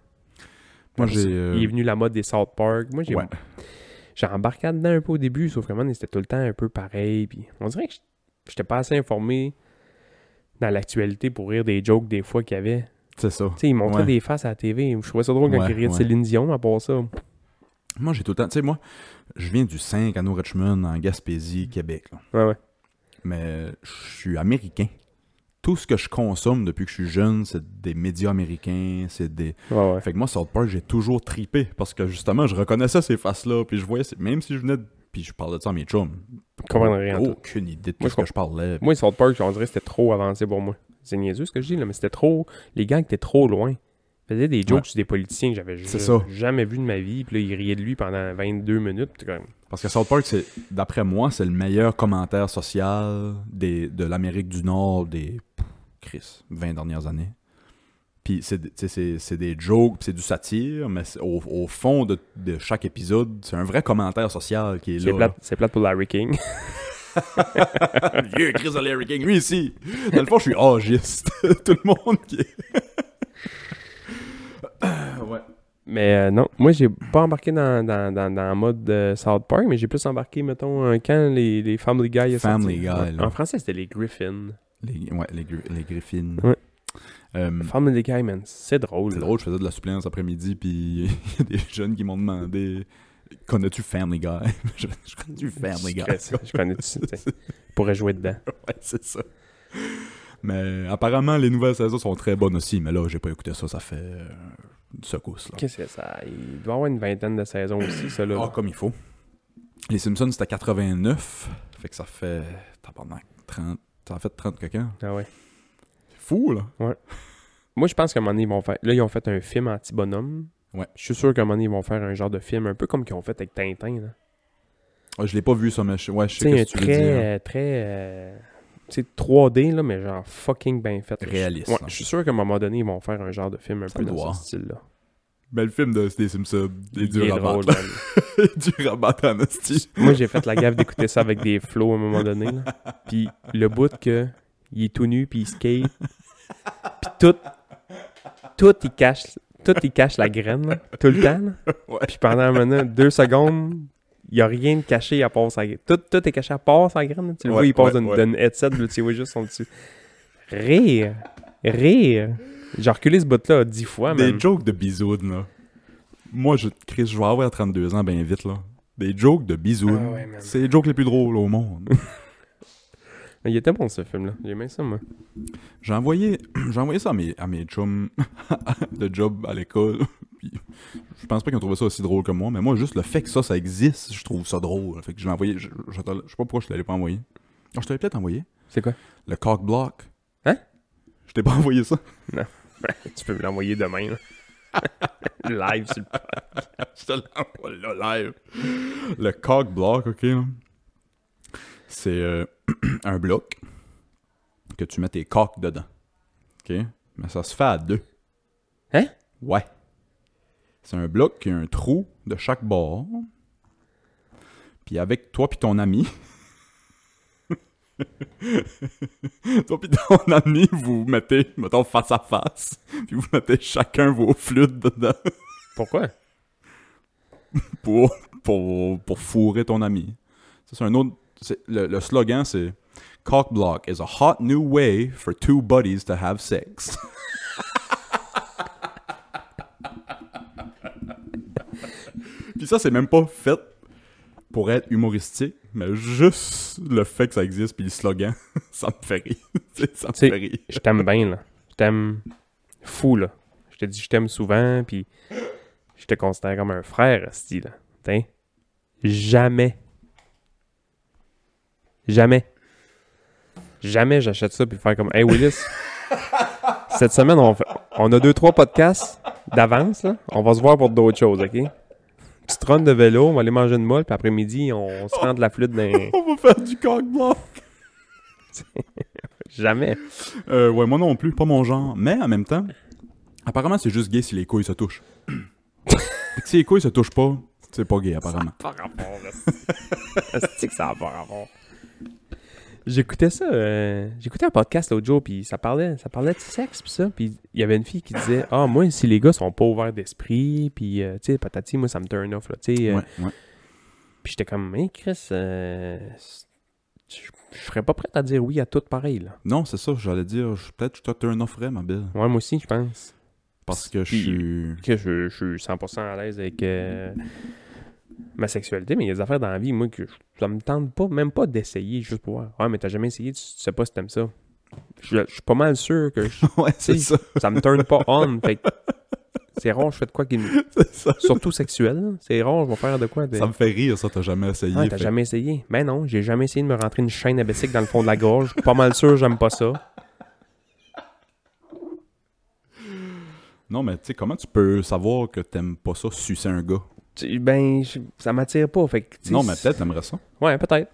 A: Moi,
B: Après ça,
A: j'ai. euh,
B: Il est venu la mode des South Park. Moi, j'ai
A: ouais.
B: j'ai embarqué dedans un peu au début, sauf que man, c'était tout le temps un peu pareil. Puis on dirait que j- j'étais pas assez informé dans l'actualité pour rire des jokes des fois qu'il y avait.
A: C'est ça.
B: Tu sais, ils montraient
A: Ouais.
B: des faces à la TV. Je trouvais ça drôle quand
A: Ouais,
B: ils riaient de
A: ouais.
B: Céline Dion, à part ça.
A: Moi, j'ai tout le temps. Tu sais, moi, je viens du 5 à New Richmond, en Gaspésie, Québec. là.
B: Ouais, ouais.
A: Mais je suis américain. Tout ce que je consomme depuis que je suis jeune, c'est des médias américains, c'est des
B: Ouais, ouais.
A: Fait que moi, South Park, j'ai toujours tripé parce que justement, je reconnaissais ces faces-là, puis je voyais, ces- même si je venais de... Puis je parlais de ça à mes chums.
B: Je comprends rien. toi.
A: Aucune idée de
B: Moi,
A: ce
B: je
A: que je parlais.
B: Moi, South Park, on dirait que c'était trop avancé pour moi. C'est niaiseux ce que je dis, là, mais c'était trop. Les gars étaient trop loin. Ils faisaient des jokes
A: Ouais.
B: sur des politiciens que j'avais
A: C'est
B: ja-
A: ça.
B: jamais vu de ma vie. Puis là, ils riaient de lui pendant 22 minutes. puis t'es comme,
A: Parce que South Park, c'est, d'après moi, c'est le meilleur commentaire social des, de l'Amérique du Nord des, pff, Chris, 20 dernières années. Puis c'est, tu sais, c'est, c'est des jokes, puis c'est du satire, mais c'est- au, au fond de, de chaque épisode, c'est un vrai commentaire social qui est
B: C'est
A: là.
B: plate, c'est plate pour Larry King.
A: là. Le Vieux Chris O'Leary King, lui ici. Dans le fond, je suis agiste. Tout le monde qui est... ouais.
B: Mais euh, non, moi, j'ai pas embarqué dans, dans, dans, dans le mode de South Park, mais j'ai plus embarqué, mettons, euh, quand les, les Family Guy. est sorti.
A: Family Guy,
B: En-
A: là.
B: En, français, c'était les Griffins.
A: Les, ouais, les, gri- les griffines.
B: Ouais.
A: Euh,
B: Family Guy, man, c'est drôle.
A: c'est
B: là.
A: drôle, je faisais de la suppléance après-midi, puis il y a des jeunes qui m'ont demandé Connais-tu Family Guy Je je connais du Family
B: Je
A: Guy.
B: connais ça, Je connais tout ça. tu sais. Je pourrais jouer dedans.
A: Ouais, c'est ça. Mais apparemment, les nouvelles saisons sont très bonnes aussi, mais là, j'ai pas écouté ça, ça fait euh, une secousse. Là.
B: Qu'est-ce que ça Il doit y avoir une vingtaine de saisons aussi, ça, là.
A: Ah, comme il faut. Les Simpsons, c'était 89, fait que ça fait. Tabarnak, 30. Ça fait 30 coquins.
B: Ah ouais.
A: fou, là.
B: Moi, je pense qu'à un moment donné, ils vont faire. Là, ils ont fait un film anti-bonhomme.
A: Ouais.
B: Je suis sûr qu'à un moment donné, ils vont faire un genre de film un peu comme qu'ils ont fait avec Tintin. Là.
A: Ah, je l'ai pas vu, ça, mais je, ouais, je
B: Tu
A: sais
B: sais, un
A: ce que tu veux dire.
B: très. euh, très euh, tu sais, 3D, là, mais genre fucking bien fait. là.
A: Réaliste,
B: Ouais,
A: hein.
B: je suis sûr qu'à un moment donné, ils vont faire un genre de film un
A: Ça
B: peu
A: doit.
B: dans ce style-là.
A: Ben, le film de Steve Simpson est
B: Il est
A: dur à
B: drôle,
A: battre.
B: man.
A: Il est dur à battre, en esti.
B: Moi, j'ai fait la gaffe d'écouter ça avec des flots à un moment donné. là. Puis le bout que il est tout nu, puis il skate. Puis tout, tout, il cache, tout, il cache la graine, là, tout le temps. là.
A: Ouais.
B: Puis pendant un moment, deux secondes, il n'y a rien de caché à part sa graine. Tout, tout est caché à part sa graine. là. Tu le
A: Ouais,
B: vois, il passe
A: ouais,
B: d'une
A: ouais.
B: d'une headset, là, tu vois juste son dessus. Rire, rire. J'ai reculé ce bout-là dix fois, mais
A: Des jokes de bisounes, là. Moi, je, Chris, je vais avoir 32 ans ben vite, là. Des jokes de bisounes.
B: Ah ouais, man.
A: c'est les jokes les plus drôles au monde.
B: il était bon ce film-là. J'ai aimé ça, moi.
A: j'ai envoyé, j'ai envoyé ça à mes, à mes chums de job à l'école. Puis, je pense pas qu'ils ont trouvé ça aussi drôle que moi, mais moi, juste le fait que ça, ça existe, je trouve ça drôle. Fait que je l'ai envoyé, je, je te- je sais pas pourquoi je te l'avais pas envoyé. Ah, je t'avais peut-être envoyé.
B: C'est quoi?
A: Le cock block.
B: Hein?
A: Je t'ai pas envoyé ça.
B: Ben, Tu peux me l'envoyer demain. là. Live sur le
A: Je te l'envoie là, live. Le cock block, ok. là. C'est euh, un bloc que tu mets tes coques dedans. Ok? Mais ça se fait à deux.
B: Hein?
A: Ouais. C'est un bloc qui a un trou de chaque bord. Puis avec toi puis ton ami. toi puis ton ami, vous mettez, mettons, face à face. Puis vous mettez chacun vos flûtes dedans
B: Pourquoi?
A: pour, pour, pour fourrer ton ami. Ça, c'est un autre. c'est- le, le slogan, c'est Cock block is a hot new way for two buddies to have sex. Puis ça, c'est même pas fait pour être humoristique, mais juste le fait que ça existe, puis le slogan, ça me fait rire. Tu sais, ça me
B: Tu sais,
A: fait rire.
B: Je t'aime bien, là. Je t'aime fou, là. Je te dis, je t'aime souvent, puis je te considère comme un frère, esti, là. T'sais? Jamais. Jamais. Jamais j'achète ça, puis faire comme, hey Willis, cette semaine, on, fait- on a deux, trois podcasts d'avance, là. On va se voir pour d'autres choses, OK? Petite run de vélo, on va aller manger une molle, puis après-midi, on se rend de la flûte d'un.
A: On va faire du cock block.
B: Jamais.
A: Euh, ouais, moi non plus, pas mon genre. Mais en même temps, apparemment, c'est juste gay si les couilles se touchent. Fait que si les couilles se touchent pas, c'est pas gay, apparemment.
B: pas rapport, là. C'est que ça a pas rapport. J'écoutais ça, euh, j'écoutais un podcast l'autre jour, puis ça parlait, ça parlait de sexe, puis ça, puis il y avait une fille qui disait « Ah, moi, si les gars sont pas ouverts d'esprit, puis, euh, tu sais, patati, moi, ça me turn off, là, tu sais. euh.
A: Ouais, ouais.
B: Puis j'étais comme « Mais Chris, euh, je je serais pas prêt à dire oui à tout pareil, là.
A: Non, c'est ça, j'allais dire, je- peut-être je te turn offrais, ma belle.
B: Ouais, moi aussi, je pense.
A: Parce que je suis.
B: Que je, je suis 100% à l'aise avec euh, ma sexualité, mais il y a des affaires dans la vie, moi, que je- ça me tente pas, même pas d'essayer, juste pour voir. Ouais, mais t'as jamais essayé, tu, tu sais pas si t'aimes ça. Je, je suis pas mal sûr que je-
A: ouais, c'est
B: Si.
A: ça,
B: ça me turn pas on. fait que c'est rare, je fais de quoi qui me-
A: c'est ça.
B: Surtout sexuel, là. c'est rare, je vais faire de quoi. De...
A: Ça me fait rire, ça, t'as jamais essayé.
B: Ouais, t'as
A: fait-
B: jamais essayé. Mais non, j'ai jamais essayé de me rentrer une chaîne à bicycle dans le fond de la gorge. Je suis Pas mal sûr, j'aime pas ça.
A: Non, mais tu sais, comment tu peux savoir que t'aimes pas ça, sucer un gars
B: Tu- Ben, je- ça m'attire pas. Fait que, tu sais,
A: Non, mais peut-être t'aimerais ça.
B: Ouais, peut-être.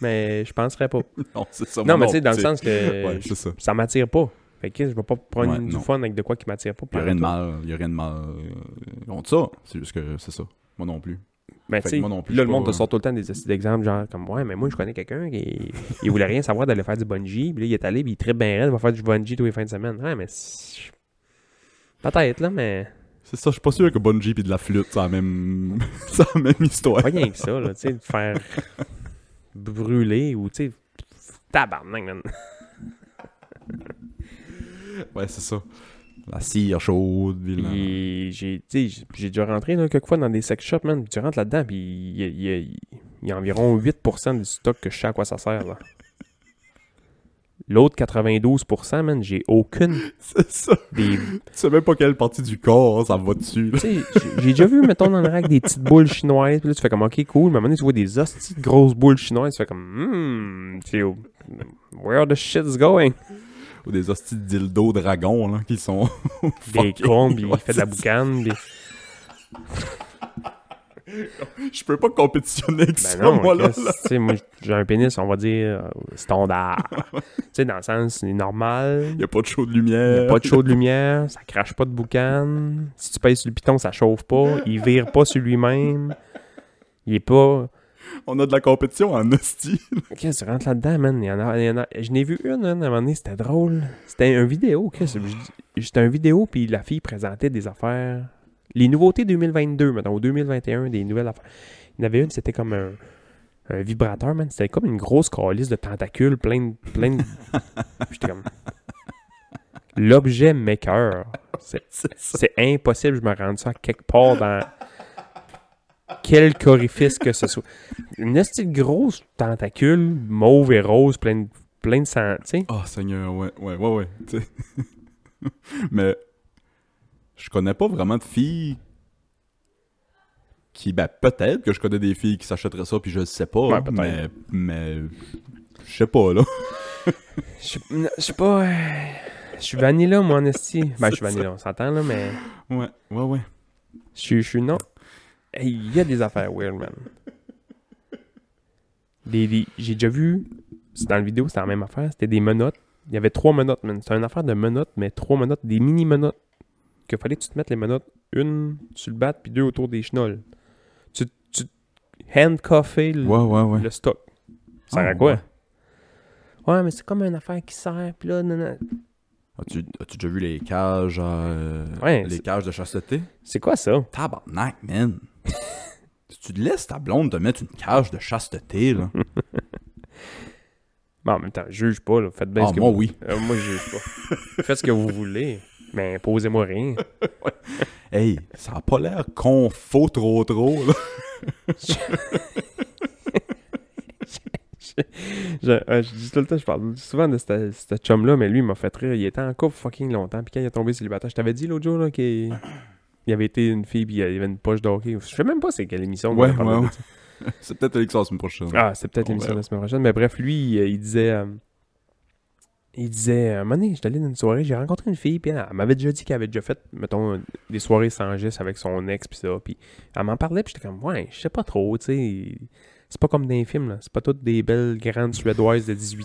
B: mais je penserais pas.
A: Non, c'est ça.
B: Non,
A: moi
B: mais tu sais, dans le
A: t'sais.
B: sens que
A: Ouais,
B: je-
A: c'est ça.
B: ça m'attire pas. Fait que je vais pas prendre
A: Ouais,
B: du
A: non.
B: fun avec de quoi qui m'attire pas.
A: Y'a rien de mal, y'a rien de mal euh, contre ça. C'est juste que c'est ça. Moi non plus.
B: Mais
A: Fait
B: tu
A: que
B: sais,
A: moi non plus,
B: là,
A: je
B: le
A: suis
B: monde
A: pas-
B: te sort tout le temps des esti d'exemples, genre comme Ouais, mais moi, je connais quelqu'un qui il voulait rien savoir d'aller faire du bungee. Puis là, il est allé, puis il est très bien raide, il va faire du bungee tous les fins de semaine. Ouais, mais. c'est- Peut-être, là, mais
A: C'est ça, je suis pas sûr que Bungie pis de la flûte, c'est la même, c'est la même histoire.
B: pas rien que ça, là, tu sais, de faire brûler ou, tu sais, tabarnak, man.
A: Ouais, c'est ça. La cire chaude, pis la-
B: Puis j'ai, tu sais, j'ai- j'ai déjà rentré là, quelques fois dans des sex shops, man. puis Tu rentres là-dedans, puis il y, a- il y a- il y a environ 8% du stock que je sais à quoi ça sert, là. L'autre 92%, man, j'ai aucune
A: C'est ça.
B: des...
A: Tu sais même pas quelle partie du corps hein, ça va dessus. là.
B: Tu sais, j'ai- j'ai déjà vu, mettons, dans le rack, des petites boules chinoises, puis là, tu fais comme, OK, cool, mais à un moment donné, tu vois des hosties de grosses boules chinoises, tu fais comme, hmm, tu sais, where the shit's going?
A: ou des hosties de dildo dragons là, qui sont.
B: Des
A: fucking-
B: cons, puis
A: Ouais,
B: il fait de la
A: c'est ça.
B: boucane. puis-
A: Je peux pas compétitionner avec ça,
B: Ben non,
A: moi là.
B: Chris, tu sais, moi, j'ai un pénis, on va dire, euh, standard. tu sais, dans le sens, c'est normal.
A: Il y a pas de show de
B: Il
A: lumière.
B: n'y a pas de chaud de lumière, ça crache pas de boucan. Si tu pèses sur le piton, ça chauffe pas. Il vire pas sur lui-même. Il est pas.
A: On a de la compétition en hostie.
B: Qu'est-ce que tu rentres là-dedans, man? Il y en a, il y en a- Je n'ai vu une, hein, à un moment donné, c'était drôle. C'était un vidéo, qu'est-ce que je- C'était un vidéo, puis la fille présentait des affaires. Les nouveautés 2022, mettons, ou 2021, des nouvelles affaires. Il y en avait une, c'était comme un, un vibrateur, man. C'était comme une grosse calice de tentacules, plein de. Plein de... J'étais comme. L'objet maker. C'est c'est impossible, je me rende ça quelque part dans quel orifice que ce soit. Une petite grosse tentacule, mauve et rose, plein de, plein de sang, tu sais.
A: Oh Seigneur, ouais, ouais, ouais, ouais. tu sais. Mais je connais pas vraiment de filles qui, ben peut-être que je connais des filles qui s'achèteraient ça puis je le sais pas,
B: Ouais,
A: hein, mais,
B: peut-être.
A: mais je sais pas là.
B: Je suis- non, je sais pas. euh, Je suis vanilla, moi, en esti. Ben, je suis vanilla, on s'entend, là, mais
A: Ouais, ouais, ouais.
B: je suis- je suis non. Hey, Il y a des affaires weird, man. Des- des- J'ai déjà vu, c'est dans la vidéo, c'était la même affaire, c'était des menottes. Il y avait trois menottes, man. C'était une affaire de menottes, mais trois menottes, des mini-menottes. Que fallait que tu te mettes les menottes, une sur le bat, puis deux autour des chenolles. Tu, tu handcuffais le,
A: Ouais, ouais, ouais.
B: le stock. Ça sert
A: Ah,
B: à quoi?
A: ouais.
B: Ouais, mais c'est comme une affaire qui sert, puis là, nanana.
A: As-tu as-tu déjà vu les cages euh,
B: Ouais,
A: les
B: c'est-
A: cages de chasteté?
B: C'est quoi ça?
A: Tabarnak, man. si tu laisses ta blonde te mettre une cage de chasteté là.
B: Mm-hmm. Bon, en même temps, juge pas, là. Faites bien
A: Ah,
B: ce que
A: moi
B: vous...
A: oui.
B: Euh, moi, je juge pas. Faites ce que vous voulez, mais imposez-moi rien.
A: Hey, ça a pas l'air qu'on faut trop trop là.
B: Je, euh, je dis tout le temps, je parle souvent de ce ce chum-là, mais lui, il m'a fait rire. Il était en couple fucking longtemps, puis quand il est tombé célibataire, je t'avais dit l'autre jour, là, qu'il il avait été une fille, puis il y avait une poche d'hockey. Je sais même pas c'est quelle émission. qu'on
A: Ouais,
B: a parlé
A: ouais,
B: de
A: ouais.
B: ça.
A: C'est peut-être Alexandre la semaine prochaine.
B: Ah, c'est peut-être
A: On
B: l'émission de
A: verra.
B: la semaine prochaine. Mais bref, lui, euh, il disait. euh, il disait, euh, un moment donné, j'étais allé dans une soirée, j'ai rencontré une fille, puis elle, elle m'avait déjà dit qu'elle avait déjà fait, mettons, des soirées sans geste avec son ex, puis ça. Puis elle m'en parlait, puis j'étais comme, ouais, je sais pas trop, tu sais. C'est pas comme dans les films, là. C'est pas toutes des belles grandes Suédoises de 18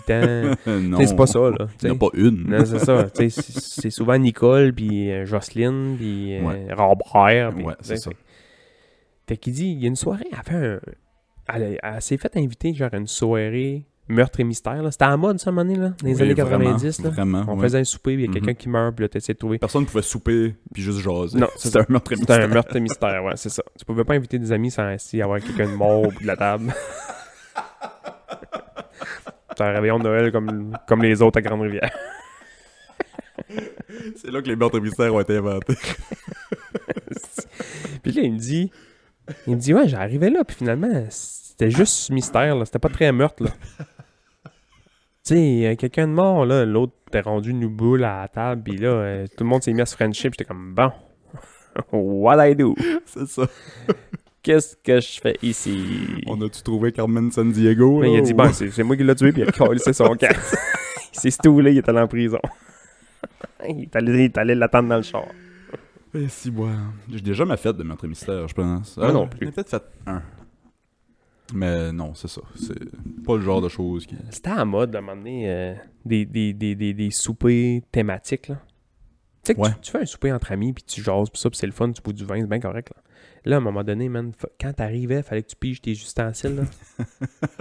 B: ans. Tu
A: Euh, non.
B: sais, c'est pas ça, là. tu
A: Il n'y en
B: sais.
A: a pas une.
B: Non, c'est ça. tu sais, C'est c'est souvent Nicole, puis euh, Jocelyne, puis euh,
A: Ouais.
B: Robert. puis-
A: ouais, c'est ça.
B: fait qu'il dit, il y a une soirée, elle fait un... Elle, a- elle s'est fait inviter, genre, à une soirée meurtre et mystère, là. C'était à la mode, ça, à un moment donné, là, dans les
A: Oui,
B: années
A: vraiment,
B: 90, là.
A: Vraiment,
B: On
A: ouais.
B: faisait un souper, puis il y a
A: Mhm.
B: quelqu'un qui meurt, puis là, t'essaies de trouver...
A: Personne pouvait souper puis juste jaser.
B: Non, c'est
A: c'était un meurtre et
B: C'était un
A: mystère.
B: meurtre et mystère, ouais, c'est ça. Tu pouvais pas inviter des amis sans essayer avoir quelqu'un de mort au bout de la table. C'était un réveillon de Noël comme, comme les autres à Grande-Rivière.
A: C'est là que les meurtres et mystères ont été inventés.
B: Puis là, il me dit... Il me dit, ouais, j'arrivais là, puis finalement, c'était juste mystère, là. C'était pas très meurtre, là. Tu sais, euh, quelqu'un de mort, là, l'autre t'es rendu une boule à la table, puis là, euh, tout le monde s'est mis à se friendship, j'étais comme, bon, what I do?
A: c'est ça.
B: Qu'est-ce que je fais ici?
A: On Oh. a-tu trouvé Carmen San Diego?
B: Mais
A: là,
B: il a dit,
A: ou-
B: bon, c'est c'est moi qui l'ai tué, puis il a collé son camp. il s'est stoulé, il est allé en prison. il, est allé, il est allé l'attendre dans le char.
A: Eh, si, moi. J'ai déjà ma fête de meurtre et mystère, je pense.
B: Moi non
A: j'en ai
B: plus.
A: peut-être fait un. Mais non, c'est ça. C'est pas le genre de choses qui.
B: C'était à la mode, à un moment donné, euh, des, des, des, des, des soupers thématiques, là. Tu sais que
A: Ouais.
B: tu, tu fais un souper entre amis, puis tu jases, puis ça, puis c'est le fun, tu bois du vin, c'est bien correct, là. Là, à un moment donné, man, fa- quand t'arrivais, fallait que tu piges tes ustensiles, là.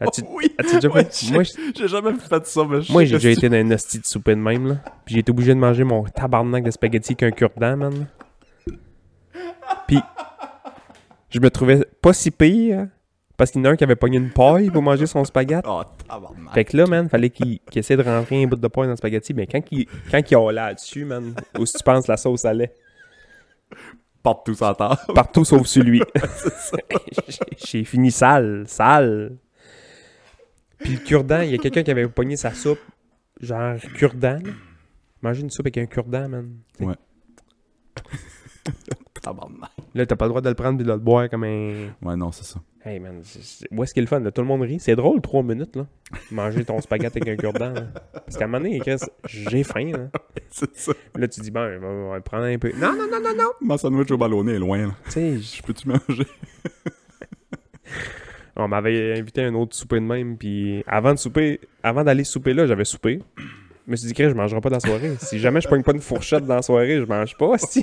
B: As-tu
A: Oui!
B: as-tu déjà
A: Ouais,
B: fait- Moi, je-
A: J'ai jamais fait ça, mais je
B: moi,
A: sais
B: j'ai
A: que
B: déjà
A: c'est-
B: été dans un hostie de souper de même, là. Puis j'ai été obligé de manger mon tabarnak de spaghetti qu'un cure-dent, man. Puis, je me trouvais pas si pire, hein, parce qu'il y en a un qui avait pogné une paille pour manger son spaghetti.
A: Oh, tabarnak.
B: Fait que là, man, fallait qu'il qu'il essaie de rentrer un bout de pain dans le spaghetti, mais quand il, quand il a là-dessus, man, où si tu penses la sauce allait?
A: Partout sur la table.
B: Partout sauf sur lui.
A: c'est ça.
B: J'ai- J'ai fini sale, sale. Puis le cure-dent, il y a quelqu'un qui avait pogné sa soupe, genre cure-dent. là. Manger une soupe avec un cure-dent, man.
A: Tabarnak.
B: Là, t'as pas le droit de le prendre et de le boire comme un.
A: Ouais, non, c'est ça.
B: Hey man, c'est- c'est- où est-ce qu'il est le fun? là? Tout le monde rit. C'est drôle, trois minutes, là. Manger ton spaghetti avec un cure-dent. là. Parce qu'à un moment donné, Chris, j'ai faim, là.
A: C'est ça.
B: Là, tu dis, ben, on va le prendre un peu. Non, non, non, non, non.
A: Ma sandwich au ballonnet est loin, là.
B: Tu sais, je-
A: Je peux-tu manger?
B: on m'avait invité à un autre souper de même. Puis avant de souper, avant d'aller souper là, j'avais soupé. Je me suis dit, Chris, je mangerai pas dans la soirée. Si jamais je pogne pas une fourchette dans la soirée, je mange pas. Si.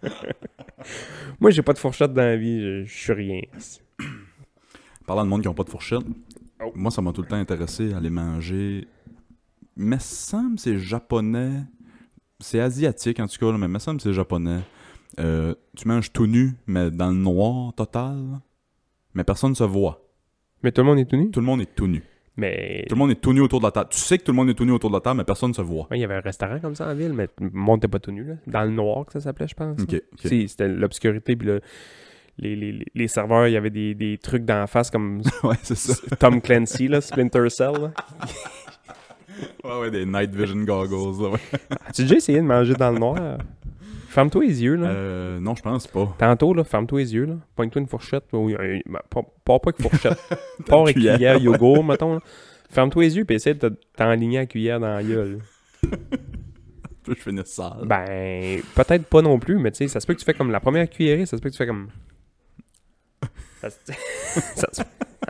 B: Moi, j'ai pas de fourchette dans la vie. Je, je suis rien.
A: Parlant de monde qui n'ont pas de fourchette,
B: Oh.
A: moi, ça m'a tout le temps intéressé à aller manger. Mais semble que c'est japonais. C'est asiatique, en tout cas, là, mais me semble que c'est japonais. Euh, tu manges tout nu, mais dans le noir total. Mais personne ne se voit.
B: Mais tout le monde est tout nu.
A: Tout le monde est tout nu.
B: Mais
A: Tout le monde est tout nu autour de la table. Tu sais que tout le monde est tout nu autour de la table, mais personne ne se voit.
B: Ouais, il y avait un restaurant comme ça en ville, mais le monde était pas tout nu. Là. Dans le noir, que ça s'appelait, je pense.
A: Ok. ok.
B: Si, c'était l'obscurité. Puis le- les, les- les- les serveurs, il y avait des, des trucs d'en face comme
A: ouais, c'est ça.
B: Tom Clancy, là, Splinter Cell. là.
A: Ouais, ouais, des night vision goggles. là, ouais.
B: As-tu déjà essayé de manger dans le noir? Ferme-toi les yeux, là.
A: Euh, non, je pense pas.
B: Tantôt, là, ferme-toi les yeux, là. Pogne-toi une fourchette. ou un- ben, pas, pas- pas avec fourchette. pas avec
A: Cuillère,
B: cuillère, yogourt, mettons. là. Ferme-toi les yeux, puis essaie de te- t'enligner à cuillère dans la gueule.
A: Je finis sale.
B: Ben, peut-être pas non plus, mais tu sais, ça se peut que tu fais comme la première cuillerée, ça se peut que tu fais comme. Ça se, ça se- ça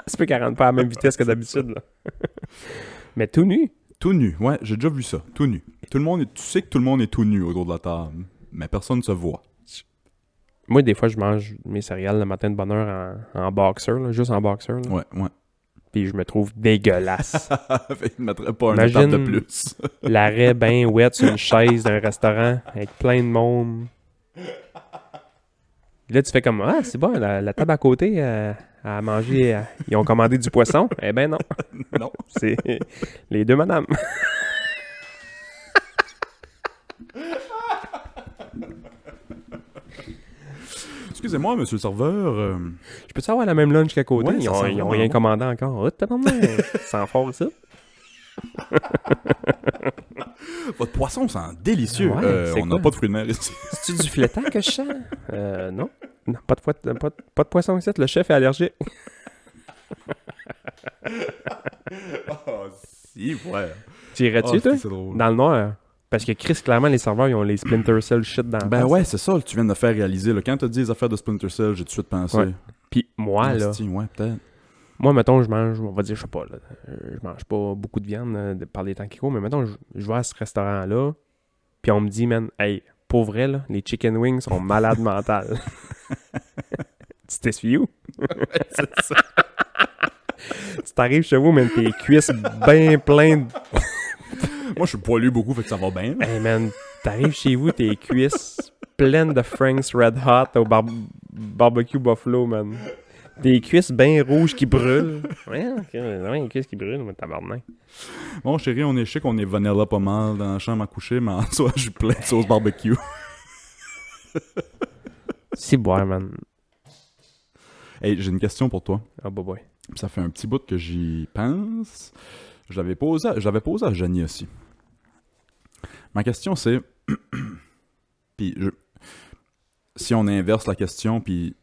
B: se peut qu'elle rentre pas à la même vitesse que d'habitude, là. mais tout nu.
A: Tout nu, ouais, j'ai déjà vu ça, tout nu. Tout le monde est- tu sais que tout le monde est tout nu autour de la table, mais personne ne se voit.
B: Moi, des fois, je mange mes céréales le matin de bonne heure en, en boxer, là, juste en boxer. là.
A: Ouais, ouais.
B: Puis je me trouve dégueulasse.
A: fait qu'il ne mettrait pas un
B: Imagine-
A: étape de plus.
B: L'arrêt ben wet sur une chaise d'un restaurant avec plein de monde. Là, tu fais comme Ah, c'est bon, la, la table à côté euh, à manger, euh, ils ont commandé du poisson. Eh ben non.
A: Non.
B: C'est les deux madames.
A: Excusez-moi, monsieur le serveur. euh,
B: Je peux-tu avoir la même lunch qu'à côté
A: Ouais,
B: Ils
A: ça
B: ont,
A: sent
B: ils ont
A: vraiment
B: rien
A: bon.
B: commandé encore. Oh, t'as pas Sans fort ça.
A: votre poisson sent délicieux.
B: Ouais,
A: Euh,
B: c'est
A: on
B: quoi?
A: n'a pas de fruits de mer ici.
B: C'est-tu du filetant que je sens Euh, non. Non, pas de, poit- pas, de- pas de poisson ici. Le chef est allergique.
A: Ah, si, ouais. Ah,
B: Tirais-tu, toi
A: c'est drôle.
B: Dans le noir. hein? Parce que Chris, clairement, les serveurs, ils ont les Splinter Cell shit dans la
A: Ben
B: face.
A: ouais, c'est ça, tu viens de me faire réaliser. Là. Quand t'as dit les affaires de Splinter Cell, j'ai tout de suite pensé.
B: Ouais. Puis moi, là,
A: Asti, ouais, peut-être.
B: moi, mettons, je mange, on va dire, je sais pas, là, euh, je mange pas beaucoup de viande euh, de- par les temps qui courent, mais mettons, je, je vais à ce restaurant-là, puis on me dit, man, hey, pour vrai, là, les chicken wings sont malades mentales. tu t'essuies où? tu t'arrives chez vous, man, tes cuisses bien pleines. de-
A: Moi, je suis poilu beaucoup, fait que ça va bien. là.
B: Hey, man, t'arrives chez vous, tes cuisses pleines de Frank's Red Hot au bar- barbecue buffalo, man. Des cuisses bien rouges qui brûlent. Ouais, ok, ouais, une cuisse qui brûle, mais tabarnak.
A: Bon, chérie, on est chic, on est vanilla pas mal dans la chambre à coucher, mais en soi, j'ai plein de sauce barbecue.
B: C'est boire, man.
A: Hey, j'ai une question pour toi.
B: Ah, bah, ouais.
A: Puis Ça fait un petit bout que j'y pense. Je l'avais posé, à- je l'avais posé à Jenny aussi. Ma question c'est, puis je- si on inverse la question, puis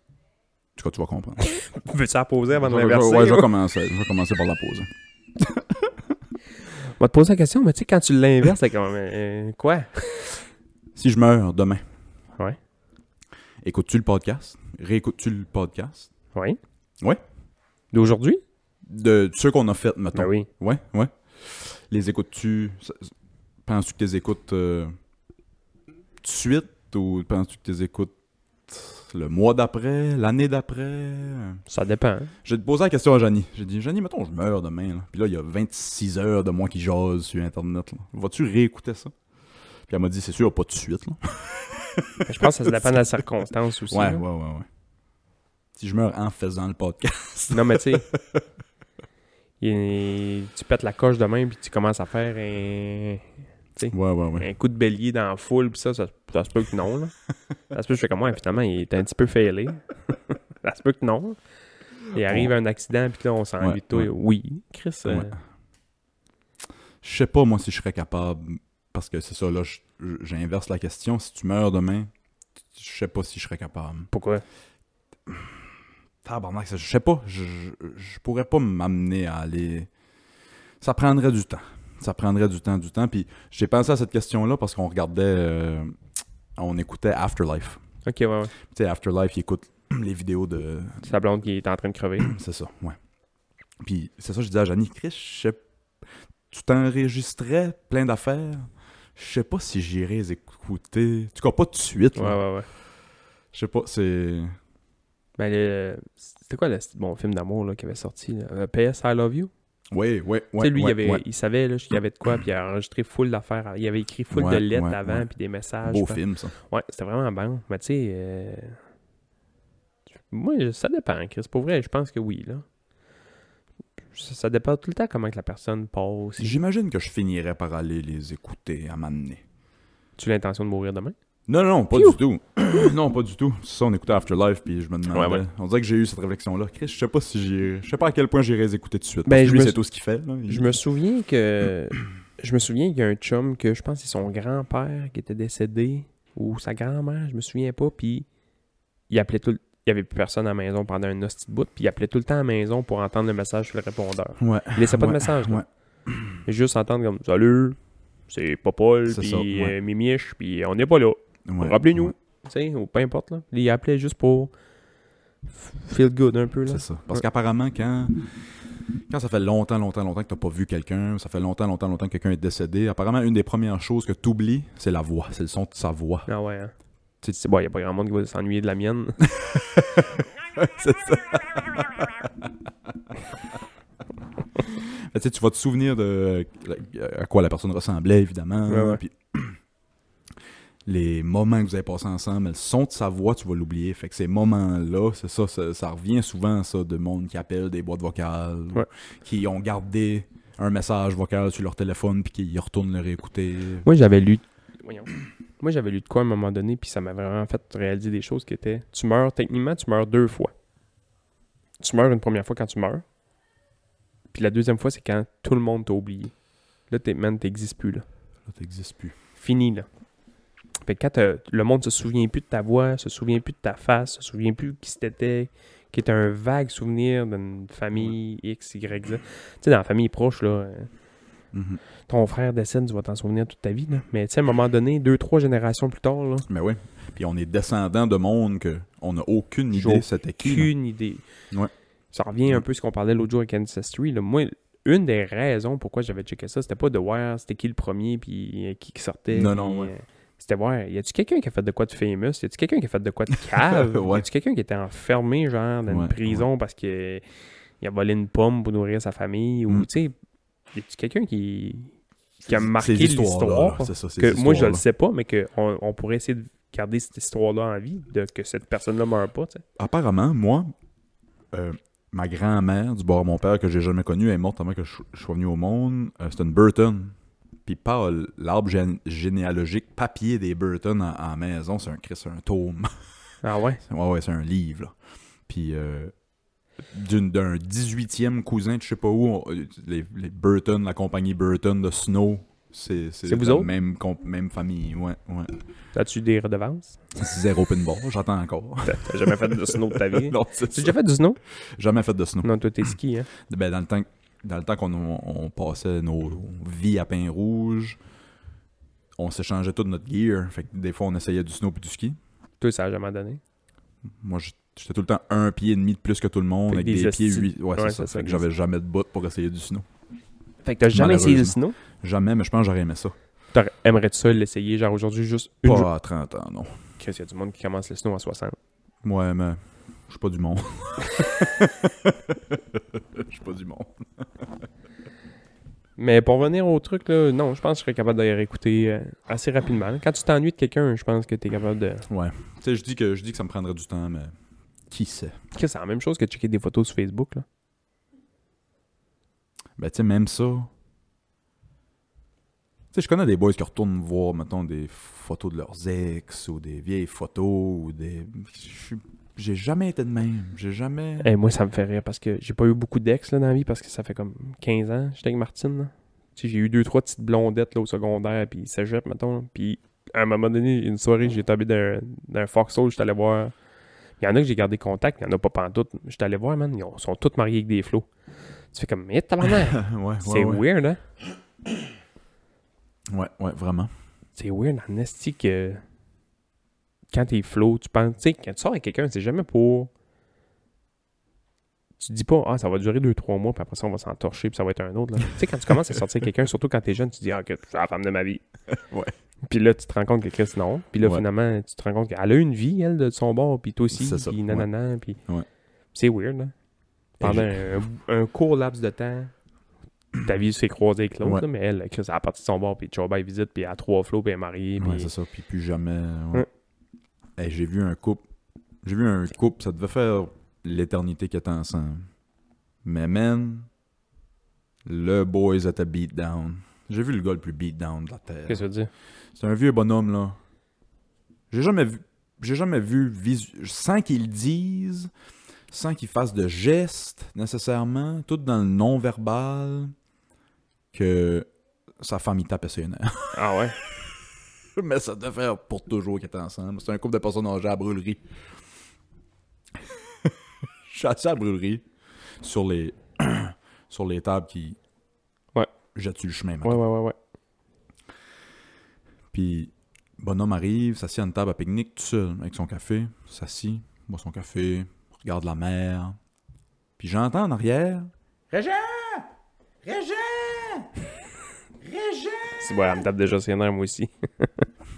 A: tu vas, tu vas comprendre.
B: Veux-tu la poser avant de
A: Je- je-
B: l'inverser?
A: ouais, je vais
B: va
A: commencer, je vais commencer par la pause.
B: te poser la question, mais tu sais, quand tu l'inverses, c'est comme. euh, quoi?
A: Si je meurs demain,
B: Ouais.
A: écoutes-tu le podcast Réécoutes-tu le podcast
B: Oui.
A: Ouais.
B: D'aujourd'hui?
A: de ceux qu'on a fait mettons
B: Ben oui.
A: Ouais, ouais. Les écoutes-tu ça- ça- Penses-tu que tu les écoutes euh, tout de suite ou penses-tu que tu les écoutes le mois d'après, l'année d'après
B: Ça dépend. hein.
A: J'ai posé la question à Janie. J'ai dit Janie, mettons, je meurs demain. Là. Puis là, il y a 26 heures de moi qui jase sur Internet. là. Vas-tu réécouter ça Puis elle m'a dit C'est sûr, pas tout de suite. Là.
B: Je pense que ça dépend de la circonstance aussi.
A: Ouais,
B: là.
A: ouais, ouais, ouais. Si je meurs en faisant le podcast.
B: Non, mais tu sais. il- Tu pètes la coche demain, puis tu commences à faire euh, un,
A: Ouais, ouais, ouais.
B: un coup de bélier dans la foule, puis ça, ça, ça se peut que non. Là. Ça se peut que je fais comme moi, finalement, il est un petit peu failé. ça se peut que non. Il arrive un accident, puis là, on s'ennuie
A: Ouais,
B: de toi.
A: ouais.
B: Oui, Chris. euh,
A: Ouais. Je sais pas, moi, si je serais capable. Parce que c'est ça, là, je- je- j'inverse la question. Si tu meurs demain, je sais pas si je serais capable.
B: Pourquoi?
A: Tabarnak, ça, je sais pas. Je, je, je pourrais pas m'amener à aller. Ça prendrait du temps. Ça prendrait du temps, du temps. Puis j'ai pensé à cette question-là parce qu'on regardait. euh, on écoutait Afterlife.
B: Ok, ouais, ouais.
A: Tu sais, Afterlife, il écoute les vidéos de.
B: Sa blonde qui est en train de crever.
A: C'est ça, ouais. Puis c'est ça, je disais à Janie, Chris, je sais- tu t'enregistrais plein d'affaires. Je sais pas si j'irais les écouter. Tu cas, pas tout de suite,
B: ouais,
A: là.
B: ouais, ouais.
A: Je sais pas, c'est.
B: Ben, le... c'était quoi le bon film d'amour là, qui avait sorti? là? Euh, PS I Love You?
A: Ouais, ouais, ouais.
B: tu sais, lui,
A: ouais,
B: il, avait,
A: ouais.
B: il savait là, qu'il y avait de quoi, puis il a enregistré full d'affaires. Il avait écrit full
A: Ouais,
B: de lettres
A: ouais,
B: avant,
A: ouais.
B: puis des messages.
A: Beau
B: puis-
A: film, ça.
B: Ouais, c'était vraiment bon. Mais tu sais, euh, moi, je- ça dépend, Chris. Pour vrai, je pense que oui, là. Ça, ça dépend tout le temps comment que la personne passe. Si
A: J'imagine que je finirais par aller les écouter à m'amener.
B: tu as l'intention de mourir demain?
A: Non, non, pas
B: Piou!
A: du tout. non, pas du tout. C'est ça, on écoutait Afterlife, puis je me demandais.
B: Ouais, ouais.
A: On dirait que j'ai eu cette réflexion-là. Chris, je sais pas si j'ai. Je sais pas à quel point j'irai les écouter tout de suite.
B: Ben,
A: parce que
B: je
A: lui,
B: me
A: c'est
B: sou-
A: tout ce qu'il fait. là. Il-
B: Je me souviens que. Je me souviens qu'il y a un chum que je pense que c'est son grand-père qui était décédé ou sa grand-mère, je me souviens pas, puis il appelait tout le- Il y avait plus personne à la maison pendant un hostie de bout, puis il appelait tout le temps à la maison pour entendre le message sur le répondeur.
A: Ouais.
B: Il laissait pas de
A: Ouais,
B: message. là.
A: ouais.
B: Et Juste entendre comme Salut, c'est Popol,
A: C'est
B: puis
A: ça, ouais.
B: euh, Mimiche, puis on n'est pas là.
A: Ouais,
B: Rappelez-nous.
A: ouais,
B: Tu sais, ou peu importe. Là. Il appelait juste pour f- feel good un peu. Là.
A: C'est ça. Parce qu'apparemment, quand. Quand ça fait longtemps, longtemps, longtemps que t'as pas vu quelqu'un, ça fait longtemps, longtemps, longtemps que quelqu'un est décédé, apparemment, une des premières choses que t'oublies, c'est la voix, c'est le son de sa voix.
B: Ah ouais. hein.
A: Tu-
B: C'est bon, il n'y a pas grand monde qui va s'ennuyer de la mienne.
A: c'est ça. Mais tu sais, tu vas te souvenir de euh, à quoi la personne ressemblait, évidemment.
B: Ouais, ouais.
A: Puis les moments que vous avez passés ensemble, le son de sa voix, tu vas l'oublier. Fait que ces moments-là, c'est ça, ça, ça revient souvent, ça, de monde qui appelle des boîtes vocales, ou
B: Ouais.
A: qui ont gardé un message vocal sur leur téléphone, puis qui y retournent le réécouter.
B: Moi, j'avais lu. Voyons. Moi, j'avais lu de quoi à un moment donné, puis ça m'a vraiment fait réaliser des choses qui étaient. Tu meurs, techniquement, tu meurs deux fois. Tu meurs une première fois quand tu meurs, puis la deuxième fois, c'est quand tout le monde t'a oublié. Là, t'es, man, t'existes plus, là.
A: Là, t'existes plus.
B: Fini, là. Fait que quand t'as- le monde se souvient plus de ta voix, se souvient plus de ta face, se souvient plus qui c'était, qui était un vague souvenir d'une famille X, Y, Z. Tu sais, dans la famille proche, là. euh,
A: Mhm.
B: ton frère décède, tu vas t'en souvenir toute ta vie. Là. Mais tu sais, à un moment donné, deux, trois générations plus tard, là,
A: Mais oui. Puis on est descendant de monde que on n'a aucune
B: J'ai
A: idée c'était qui. là.
B: qu'une idée.
A: Ouais.
B: Ça revient un
A: Ouais.
B: peu à ce qu'on parlait l'autre jour avec Ancestry. Là. Moi, une des raisons pourquoi j'avais checké ça, c'était pas de voir c'était qui le premier, puis euh, qui qui sortait.
A: Non,
B: puis,
A: non, ouais.
B: euh, C'était voir, y a-tu quelqu'un qui a fait de quoi de famous? Y a-tu quelqu'un qui a fait de quoi de cave?
A: Ouais.
B: Y a-tu quelqu'un qui était enfermé, genre, dans
A: Ouais,
B: une prison parce que il a volé une pomme pour nourrir sa famille? Ou,
A: Mm.
B: tu sais, y a-tu quelqu'un qui, qui a marqué
A: Ces histoires-là,
B: l'histoire?
A: là, C'est ça, ces
B: que moi je le
A: histoires-là.
B: sais pas, mais que on, on pourrait essayer de garder cette histoire-là en vie, de que cette personne-là meurt pas, tu sais.
A: Apparemment, moi, euh, ma grand-mère du bord de mon père que j'ai jamais connue, elle est morte avant que je, je sois venu au monde. euh, c'est une Burton. Puis Paul, l'arbre gén- généalogique papier des Burton en, en maison, c'est un Chris, c'est un tome.
B: Ah ouais?
A: ouais, ouais, c'est un livre. là. Puis euh, d'une- d'un 18e cousin de je sais pas où, on- euh, les, les Burton, la compagnie Burton de Snow, c'est c'est
B: C'est vous
A: la
B: autres?
A: même, comp- même famille. Ouais, ouais.
B: As-tu des redevances?
A: Zéro pinball, j'attends encore.
B: T'as t'as jamais fait de snow de ta vie?
A: Non, c'est
B: T'as
A: ça.
B: déjà fait du snow?
A: Jamais fait de Snow.
B: Non, toi t'es ski, hein?
A: Ben, dans le temps dans le temps qu'on on- on passait nos vies à pain rouge, on s'échangeait tout notre gear. Fait que des fois, on essayait du snow puis du ski.
B: Toi, ça a jamais donné.
A: Moi, j- j'étais tout le temps un pied et demi de plus que tout le monde,
B: Fait que
A: avec
B: des
A: des, pieds
B: hosties.
A: huit. Ouais, c'est
B: Ouais,
A: ça.
B: c'est
A: Fait
B: ça,
A: que
B: des-
A: j'avais jamais de bottes pour essayer du snow.
B: Fait que t'as jamais essayé le
A: Malheureusement.
B: snow?
A: Jamais, mais je pense que j'aurais aimé ça.
B: T'aurais- Aimerais-tu ça l'essayer, genre aujourd'hui, juste une journée?
A: Pas à 30 ans, non.
B: Chris, y a du monde qui commence le snow à 60.
A: Ouais, mais je suis pas du monde. Je suis pas du monde.
B: Mais pour revenir au truc, là, non, je pense que je serais capable d'aller réécouter euh, assez rapidement. Quand tu t'ennuies de quelqu'un, je pense que t'es capable de...
A: Tu sais, je dis que je dis que ça me prendrait du temps, mais qui sait?
B: Chris, c'est la même chose que de checker des photos sur Facebook, là.
A: Ben, tu sais, même ça. Tu sais, je connais des boys qui retournent voir, mettons, des photos de leurs ex ou des vieilles photos ou des. je suis- J'ai jamais été de même. J'ai jamais.
B: Eh, moi, ça me fait rire parce que j'ai pas eu beaucoup d'ex là, dans la vie parce que ça fait comme 15 ans j'étais avec Martine. là. Tu sais, j'ai eu deux, trois petites blondettes là, au secondaire, puis ça cégep, mettons. là, Puis à un moment donné, une soirée, j'ai tombé d'un, d'un foxhole, j'étais allé voir. Il y en a que j'ai gardé contact, il y en a pas pantoute. J'étais allé voir, man, ils ont- sont tous mariés avec des flots. Tu fais comme, mais tabarnak,
A: ouais, ouais,
B: c'est
A: ouais.
B: weird, hein?
A: Ouais, ouais, vraiment.
B: C'est weird, en esti, que quand t'es flow, tu penses, tu sais, quand tu sors avec quelqu'un, c'est jamais pour. Tu dis pas, ah, ça va durer 2-3 mois, puis après ça, on va s'entorcher, puis ça va être un autre. là. tu sais, quand tu commences à sortir avec quelqu'un, surtout quand t'es jeune, tu dis, ah, que c'est la femme de ma vie.
A: Ouais.
B: Puis là, tu te rends compte que Chris, non. Puis là,
A: Ouais.
B: finalement, tu te rends compte qu'elle a une vie, elle, de son bord, puis toi aussi,
A: C'est ça,
B: puis nanana, puis.
A: Ouais.
B: C'est weird, hein. Pendant un, un court laps de temps, ta vie s'est croisée avec l'autre,
A: Ouais.
B: là, mais elle, Chris, elle a parti de son bord, puis Joe Biden visite, puis elle a trois flots, puis elle est mariée,
A: Ouais,
B: puis
A: c'est ça. Puis plus jamais. ouais.
B: Ouais.
A: Hey, j'ai vu un couple. J'ai vu un couple, ça devait faire l'éternité qu'ils étaient ensemble. Mais man, le boys at a beatdown. J'ai vu le gars le plus beatdown de la terre.
B: Qu'est-ce que tu veux dire?
A: C'est un vieux bonhomme, là. J'ai jamais vu. J'ai jamais vu visu- sans qu'il le dise, sans qu'il fasse de gestes nécessairement, tout dans le non-verbal, que sa femme il tapait ses nerfs.
B: Ah ouais?
A: Mais ça devait faire pour toujours qu'ils étaient ensemble. C'est un couple de personnes âgées à la brûlerie. Je suis assis à la brûlerie sur les, sur les tables qui
B: Ouais.
A: jettent sur le chemin. mettons.
B: Ouais, ouais, ouais, ouais.
A: Puis, bonhomme arrive, s'assied à une table à pique-nique tout seul, avec son café, s'assit, boit son café, regarde la mer. Puis j'entends en arrière. Régent! Régent! Régent!
B: C'est ouais, elle me tape déjà ses nerfs, moi aussi.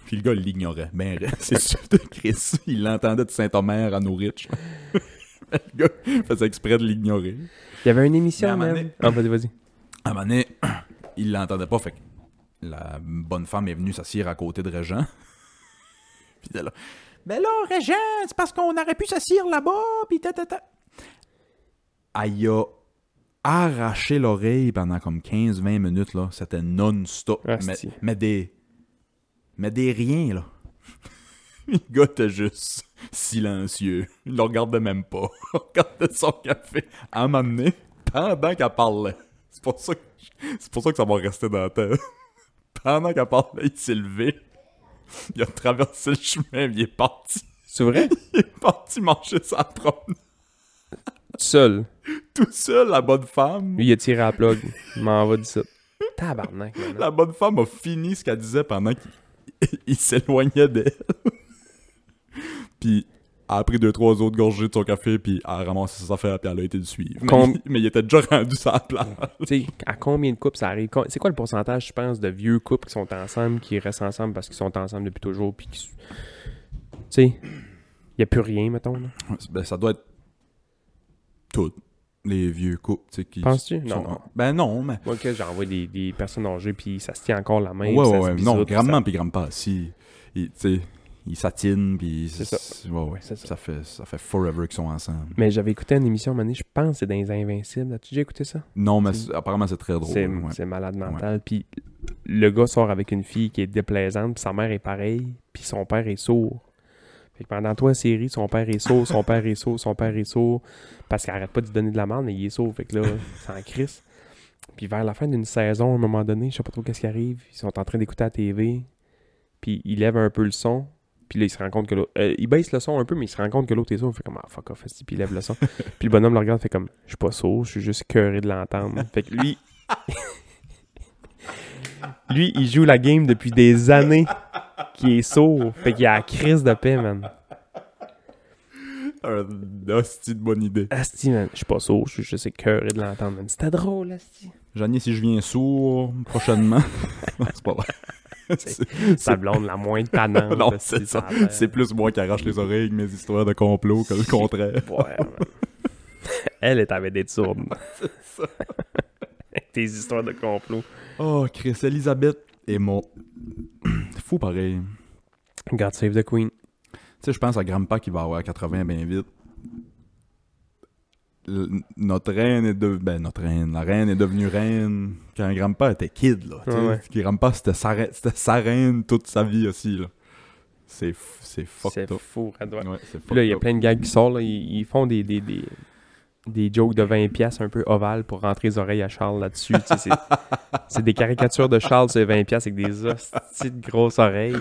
A: Puis le gars l'ignorait. Ben, c'est sûr de Chris. Il l'entendait de Saint-Omer à Norwich. le gars faisait exprès de l'ignorer.
B: Il y avait une émission,
A: Mais à un
B: même.
A: moment
B: Ah, vas-y, vas-y.
A: À un moment donné, il l'entendait pas, fait que la bonne femme est venue s'assied à côté de Régent. puis elle là, ben là, Régent, c'est parce qu'on aurait pu s'assied là-bas, puis ta ta ta. Elle a arraché l'oreille pendant comme 15-20 minutes, là. C'était non-stop. Mais,
B: Asti.
A: mais des. Mais des riens, là. Le gars était juste silencieux. Il le regardait même pas. Il regardait son café à un moment donné, pendant qu'elle parlait. C'est pour ça que, c'est pour ça que ça m'a resté dans la tête. Pendant qu'elle parlait, il s'est levé. Il a traversé le chemin, puis il est parti.
B: C'est vrai?
A: Il est parti manger sa promenade
B: Seul.
A: tout seul, la bonne femme.
B: Lui, il a tiré à la plug. Il m'en va d'ici. Tabarnak, man.
A: La bonne femme a fini ce qu'elle disait pendant qu'il il s'éloignait d'elle. puis elle a pris deux, trois autres gorgées de son café, puis elle a ramassé ses affaires, puis elle a été le suivre. Mais,
B: Com-
A: mais il était déjà rendu sur la plage.
B: Tu sais, à combien de couples ça arrive? Com- C'est quoi le pourcentage, je pense, de vieux couples qui sont ensemble, qui restent ensemble parce qu'ils sont ensemble depuis toujours, puis qui... s- Tu sais, il n'y a plus rien, mettons, là.
A: Ben, ça doit être tout. Les vieux couples, tu sais, qui
B: Penses-tu?
A: sont-
B: Non, non.
A: Ben non, mais...
B: Moi, que j'envoie des, des personnes âgées, puis ça se tient encore la main.
A: Ouais,
B: puis ça
A: ouais,
B: se
A: ouais.
B: bisoute,
A: Non,
B: puis
A: grandement, puis grandement, si... Il, tu sais, ils satinent, puis...
B: C'est ça.
A: Ouais, ouais.
B: C'est ça.
A: fait, ça fait forever qu'ils sont ensemble.
B: Mais j'avais écouté une émission, Mané, je pense que c'est dans les Invincibles. As-tu déjà écouté ça?
A: Non, mais c'est- apparemment, c'est très drôle.
B: C'est
A: ouais.
B: c'est malade mental. Puis le gars sort avec une fille qui est déplaisante, puis sa mère est pareille, puis son père est sourd. Fait que pendant toi, série, son père est sourd, son père est sourd, son père est sourd, parce qu'elle arrête pas de lui donner de la merde, mais il est sourd. Fait que là, c'est en crise. Puis vers la fin d'une saison, à un moment donné, je sais pas trop qu'est-ce qui arrive, ils sont en train d'écouter la TV, puis il lève un peu le son, puis là, il se rend compte que l'autre. euh, il baisse le son un peu, mais il se rend compte que l'autre est sourd. Il fait comme, ah, fuck off, esti, puis il lève le son. puis le bonhomme le regarde, fait comme, je suis pas sourd, je suis juste curé de l'entendre. Fait que lui. lui, il joue la game depuis des années qui est sourd. Fait qu'il a la crise de paix, man.
A: Un hostie de bonne idée.
B: Asti, man, je suis pas sourd, je suis juste curé de l'entendre, man. C'était drôle, Asti.
A: Janie, si je viens sourd prochainement. Non, c'est pas vrai. C'est-
B: Sa blonde, la moins tannante.
A: Non,
B: asti,
A: c'est ça.
B: a l'air.
A: C'est plus moi qui arrache les oreilles que mes histoires de complot que le contraire.
B: Ouais, man. Elle est avec des sourdes. Tes histoires de complot.
A: Oh, Chris, Elisabeth et mon. Fou pareil.
B: God save the queen.
A: Tu sais, je pense à Grandpa qui va avoir 80 bien vite. Le- notre reine est devenue. Ben, notre reine. La reine est devenue reine quand Grandpa était kid, là. tu sais.
B: Ouais, ouais.
A: Puis Grandpa, c'était sa, reine- c'était sa reine toute sa vie aussi, là. C'est f- c'est
B: C'est
A: fucked up.
B: fou, Radouin.
A: Ouais, c'est
B: Puis là,
A: fucked
B: il y a
A: up.
B: plein de gars qui sortent, là, ils, ils font des, des, des, des jokes de 20 pièces un peu ovales pour rentrer les oreilles à Charles là-dessus. Tu sais, c'est, c'est des caricatures de Charles sur les 20 pièces avec des hosties de grosses oreilles.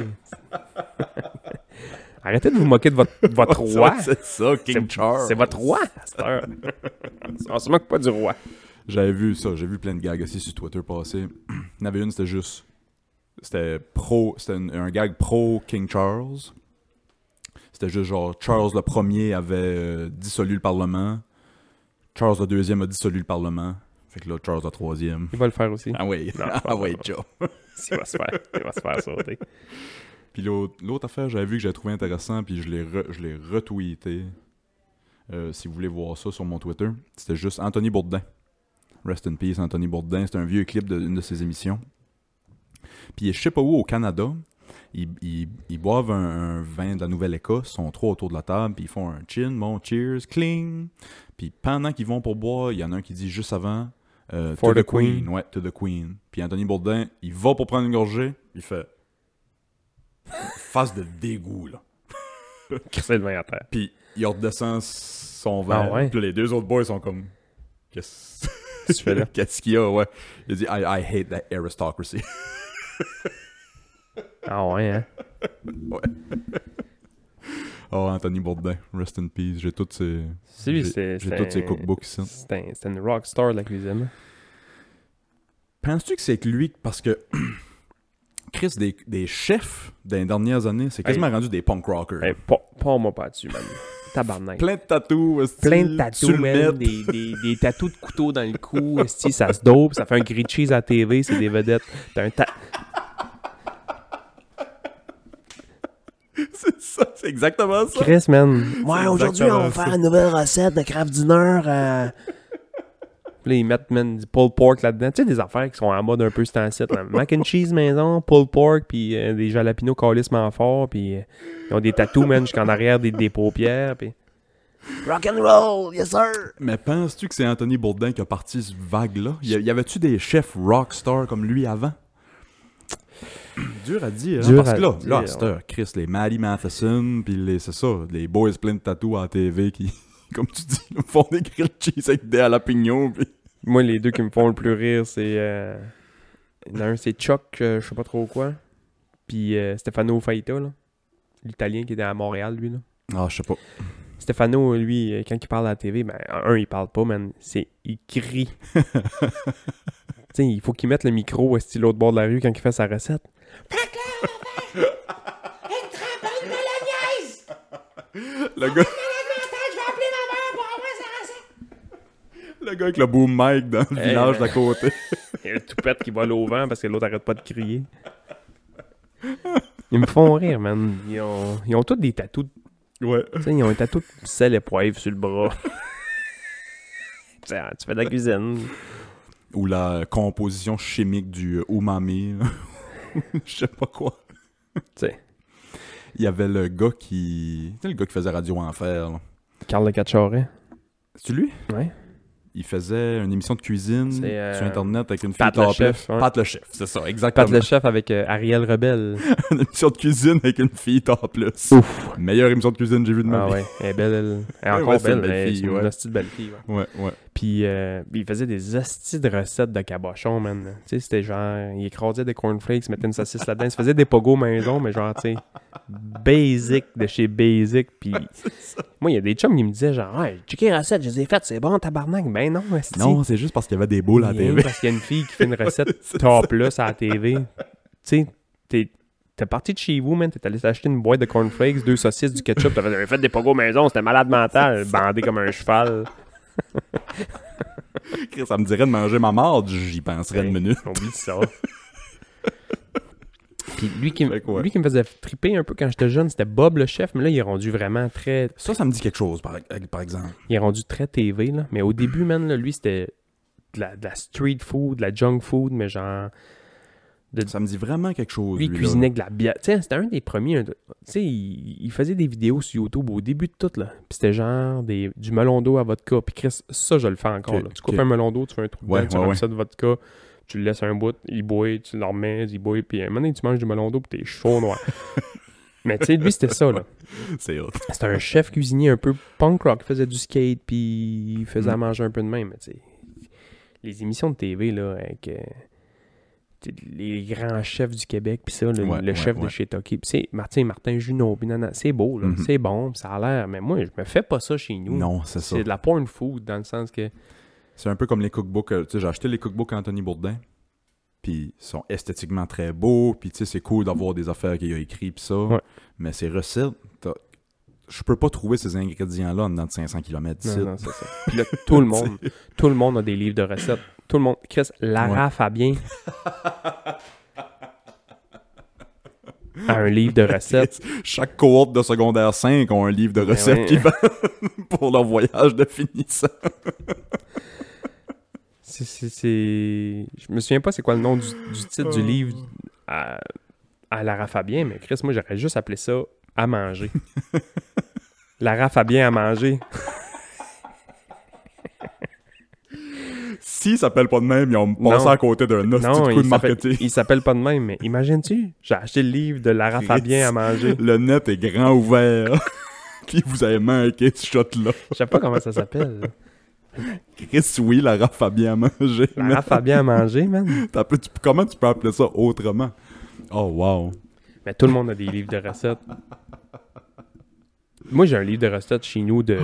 B: Arrêtez de vous moquer de votre, votre roi.
A: C'est ça, King Charles.
B: C'est votre roi, à cette heure. On se moque pas du roi.
A: J'avais vu ça, j'ai vu plein de gags aussi sur Twitter passer. Il y en avait une, c'était juste. C'était pro. C'était une- un gag pro King Charles. C'était juste genre Charles le premier avait euh, dissolu le Parlement. Charles le deuxième a dissolu le Parlement. Fait que là, Charles le troisième.
B: Il va le faire aussi.
A: Ah oui, ah oui, Joe.
B: Il va se faire, il va se faire sauter.
A: Puis l'autre l'autre affaire, j'avais vu que j'avais trouvé intéressant, puis je l'ai re- je l'ai retweeté. Euh, si vous voulez voir ça sur mon Twitter, c'était juste Anthony Bourdin. Rest in peace, Anthony Bourdin. C'est un vieux clip d'une de ses émissions. Puis je sais pas où au Canada, ils, ils- ils boivent un, un vin de la Nouvelle-Écosse, ils sont trois autour de la table, puis ils font un chin, bon, cheers, cling. Puis pendant qu'ils vont pour boire, il y en a un qui dit juste avant euh,
B: For
A: To
B: the queen.
A: Ouais, to the queen. Puis Anthony Bourdin, il va pour prendre une gorgée, il fait face de dégoût, là.
B: Crisser le vin à terre.
A: Puis il redescend son verre.
B: Ah ouais?
A: Puis là, les deux autres boys sont comme. Qu'est-ce
B: Qu'est-ce que tu fais là?
A: Qu'est-ce qu'il y a, ouais. Il dit I, I hate that aristocracy.
B: Ah ouais, hein?
A: Oh, Anthony Bourdin, rest in peace. J'ai tous ses.
B: C'est lui,
A: j'ai-
B: c'est-
A: J'ai
B: c'est
A: tous ses
B: un-
A: cookbooks ici.
B: C'est un, c'est une rock star de la cuisine.
A: Penses-tu que c'est que lui, parce que. Chris, des, des chefs des dernières années, c'est quasiment rendu des punk rockers.
B: Hey, Ben, pas, pas moi pas dessus, man. Tabarnak.
A: Plein de tatous, esti,
B: Plein de
A: sur
B: tatous,
A: le
B: man.
A: net.
B: Des, des, des tatous de couteau dans le cou. Si ça se dope, ça fait un gris de cheese à la TV, c'est des vedettes. T'as un ta...
A: C'est ça, c'est exactement ça.
B: Chris, man.
A: Ouais, aujourd'hui, on va faire
B: une nouvelle recette de craft dinner. euh. Puis là, ils mettent, man, du pulled pork là-dedans. Tu sais, des affaires qui sont en mode un peu stancite. Mac and cheese maison, pulled pork, puis euh, des jalapenos calissement forts, puis euh, ils ont des tatous, man, jusqu'en arrière des, des paupières, puis...
C: Rock'n'roll, yes sir!
A: Mais penses-tu que c'est Anthony Bourdin qui a parti ce vague-là? Y, a- y avait-tu des chefs rockstars comme lui avant? Dur à dire, hein,
B: Dur
A: parce
B: à
A: que là,
B: dire,
A: là, c'est ça, Chris, les Maddie Matheson, puis les, c'est ça, les boys plein de tatous à la TV qui, comme tu dis, nous font des grilled cheese avec des jalapenos, puis...
B: Moi, les deux qui me font le plus rire, c'est. Euh... il y en a un, c'est Chuck, euh, je sais pas trop quoi. Puis euh, Stefano Faita, là. L'Italien qui était à Montréal, lui, là.
A: Ah, je sais pas.
B: Stefano, lui, euh, quand il parle à la TV, ben, un, il parle pas, man. C'est, il crie. Tu sais, il faut qu'il mette le micro à l'autre bord de la rue quand il fait sa recette.
A: Le gars... Le gars avec le boom mic dans le
B: Hey,
A: village
B: man.
A: d'à côté.
B: Il y a le toupette qui vole au vent parce que l'autre arrête pas de crier. Ils me font rire, man. Ils ont, ils ont tous des tatous.
A: Ouais.
B: Tu sais, ils ont un tatou de sel et poivre sur le bras. Tu sais, tu fais de la cuisine.
A: Ou la composition chimique du euh, umami, là. je sais pas quoi.
B: Tu sais,
A: Il y avait le gars qui. Tu sais, le gars qui faisait Radio Enfer, là.
B: Carl Le Cacciaret.
A: C'est lui?
B: Ouais.
A: Il faisait une émission de cuisine
B: C'est, euh,
A: sur Internet avec une fille
B: Pat
A: qui
B: le
A: l'appelait-
B: chef, ouais.
A: Pat le chef, c'est ça, exactement.
B: Pat le chef avec euh, Ariel Rebelle.
A: une émission de cuisine avec une fille en plus.
B: Ouf.
A: Meilleure émission de cuisine que j'ai vue de ma
B: Ah
A: vie.
B: ouais, elle est belle. Elle, elle est
A: Ouais,
B: encore
A: ouais, c'est
B: belle.
A: une belle
B: elle est
A: fille,
B: une
A: ouais.
B: hostie de belle fille. ouais.
A: Ouais, ouais.
B: Puis euh, il faisait des hosties de recettes de cabochon, man. Tu sais, c'était genre, il écrasait des cornflakes, il mettait une saucisse là-dedans. Il se faisait des pogos maison, mais genre, tu sais, basic de chez basic. Puis moi, il y a des chums qui me disaient genre, hey, checker les recettes, je les ai faites, c'est bon, tabarnak. Ben non, hostie.
A: Non, c'est juste parce qu'il y avait des boules à la
B: Rien
A: TV.
B: Parce qu'il y a une fille qui fait une recette top là à la TV. Tu sais, t'es, t'es parti de chez vous, man. T'es allé t'acheter une boîte de cornflakes, deux saucisses, du ketchup. T'avais t'avais fait des pogos maison. C'était malade mental. Bandé comme un cheval.
A: Chris, Ça me dirait de manger ma marde, j'y penserais une
B: Hey,
A: minute.
B: Oublie ça. Puis lui qui,
A: Fait que ouais.
B: lui qui me faisait triper un peu quand j'étais jeune, c'était Bob le chef, mais là, il est rendu vraiment très.
A: Ça, ça me dit quelque chose, par, par exemple.
B: Il est rendu très TV, là. Mais au début, man, là, lui, c'était de la, de la street food, de la junk food, mais genre.
A: Ça me dit vraiment quelque chose.
B: Lui, il
A: lui, là.
B: cuisinait avec de la bière. Tu sais, c'était un des premiers. un de- Tu sais, il, il faisait des vidéos sur YouTube au début de tout, là. Puis c'était genre des, du melon d'eau à vodka. Puis Chris, ça, je le fais encore.
A: Ok,
B: là. Tu coupes
A: ok.
B: un melon d'eau, tu fais un trou dedans,
A: Ouais,
B: tu
A: ouais,
B: remplis
A: ouais.
B: ça de vodka, tu le laisses un bout, il boit, tu le remets, il boit. Puis à un moment donné, tu manges du melon d'eau, puis t'es chaud noir. Mais tu sais, lui, c'était ça, là.
A: C'est hot.
B: C'était un chef cuisinier un peu punk rock. Il faisait du skate, puis il faisait à
A: Mm.
B: manger un peu de même. Mais tu sais, les émissions de TV, là, avec euh, tu sais, les grands chefs du Québec, puis ça, le,
A: Ouais,
B: le
A: ouais,
B: chef de
A: ouais.
B: chez Toki. Puis c'est Martin, Martin Junot, puis nanana. c'est beau, là.
A: Mhm.
B: C'est bon, ça a l'air. Mais moi, je me fais pas ça chez nous.
A: Non, c'est ça.
B: C'est de la porn food, dans le sens que...
A: C'est un peu comme les cookbooks. euh, Tu sais, j'ai acheté les cookbooks à Anthony Bourdin. Puis ils sont esthétiquement très beaux. Puis tu sais, c'est cool d'avoir des affaires qu'il a écrites pis ça.
B: Ouais.
A: Mais ces recettes, t'as- je peux pas trouver ces ingrédients-là en dedans de 500 km d'ici.
B: Non, non, c'est ça. Puis là, tout le monde, tout le monde a des livres de recettes. Tout le monde. Chris, Lara Fabien a un livre de recettes.
A: Chaque cohorte de secondaire 5 ont un livre de
B: Ben
A: recettes
B: ouais.
A: qui va pour leur voyage de finissant.
B: C'est, c'est, c'est- Je me souviens pas c'est quoi le nom du, du titre
A: Euh.
B: du livre à, à Lara Fabien, mais Chris, moi j'aurais juste appelé ça à manger. Lara Fabien à manger.
A: Ah, S'ils s'appellent pas de même, ils ont
B: Non.
A: passé à côté d'un hostie
B: Non,
A: de coup de
B: il, s'appelle,
A: marketing.
B: il s'appelle pas de même, mais imagines-tu? J'ai acheté le livre de Lara
A: Chris.
B: Fabien à manger.
A: Le net est grand ouvert. Puis vous avez manqué ce shot-là.
B: Je sais pas comment ça s'appelle.
A: Chris, oui, la raf a bien mangé. mais
B: Lara Fabien à manger, man.
A: t'as peu- tu- comment tu peux appeler ça autrement? Oh, wow.
B: Mais tout le monde a des livres de recettes. Moi, j'ai un livre de recettes chez nous de.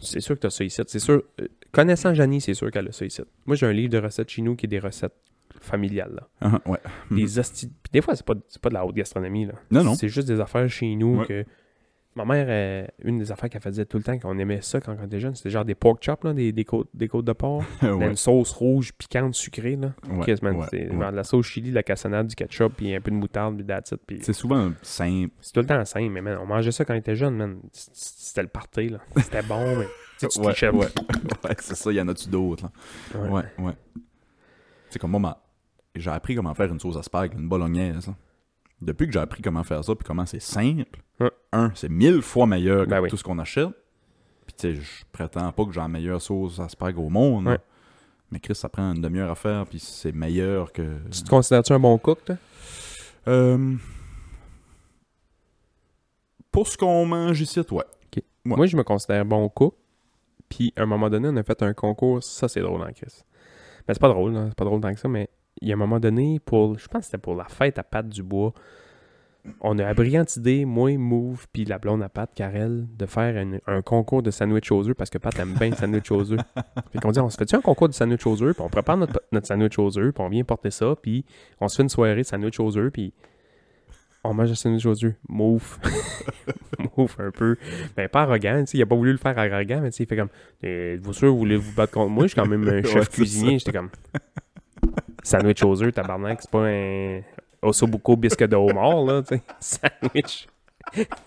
B: C'est sûr que tu as ça ici. C'est sûr. euh, Connaissant Janie, c'est sûr qu'elle a ça ici. Moi, j'ai un livre de recettes chez nous qui est des recettes familiales. Là.
A: Ah, ouais.
B: Des hosties. Puis des fois, c'est pas, c'est pas de la haute gastronomie. Là.
A: Non, non.
B: C'est juste des affaires chez nous
A: Ouais.
B: que. Ma mère, euh, une des affaires qu'elle faisait tout le temps, qu'on aimait ça quand on était jeune, c'était genre des pork chops, là, des, des, côtes, des côtes de porc. dans
A: ouais.
B: Une sauce rouge piquante, sucrée. Là.
A: ouais,
B: Qu'est-ce, man,
A: ouais,
B: Ben, c'est
A: ouais.
B: genre de la sauce chili, de la cassonade, du ketchup, puis un peu de moutarde, puis that's it, puis-
A: C'est souvent simple.
B: c'est tout le temps simple, mais man, on mangeait ça quand on était jeune, man. C- C'était le party, là. C'était bon, mais tu sais, tu
A: ouais,
B: trichais.
A: ouais. Ouais, c'est ça, il y en a-tu d'autres? là?
B: Ouais.
A: Ouais, ouais. C'est comme moi, ma- j'ai appris comment faire une sauce à spag, une bolognaise. hein. Depuis que j'ai appris comment faire ça, puis comment c'est simple,
B: Ouais.
A: un, c'est mille fois meilleur que
B: Ben oui.
A: tout ce qu'on achète. Puis tu sais, je prétends pas que j'ai la meilleure sauce à spag au monde.
B: Ouais.
A: Mais Chris, ça prend une demi-heure à faire, puis c'est meilleur que...
B: Tu te considères-tu un bon cook, toi?
A: Euh, Pour ce qu'on mange ici, ouais. Ouais.
B: Moi, je me considère bon cook. Puis, à un moment donné, on a fait un concours. Ça, c'est drôle, en Chris. Mais c'est pas drôle, là. C'est pas drôle tant que ça, mais il y a un moment donné, pour, je pense que c'était pour la fête à Pat Dubois, on a la brillante idée, moi, Move, puis la blonde à Pat, Karel, de faire une- un concours de sandwich aux œufs parce que Pat aime bien le sandwich aux œufs. Fait qu'on dit, on se fait-tu un concours de sandwich aux œufs, puis on prépare notre, notre sandwich aux œufs, puis on vient porter ça, puis on se fait une soirée de sandwich aux œufs, puis on mange le sandwich aux œufs. Move. Move un peu. Mais pas arrogant, tu sais, il a pas voulu le faire arrogant, mais tu sais, il fait comme, Eh, vous sûr, vous voulez vous battre contre moi? Je suis quand même un chef
A: Ouais, c'est
B: cuisinier. J'étais comme, sandwich aux œufs, tabarnak, c'est pas un ossobuco biscuit de homard, là, tu sais. Sandwich.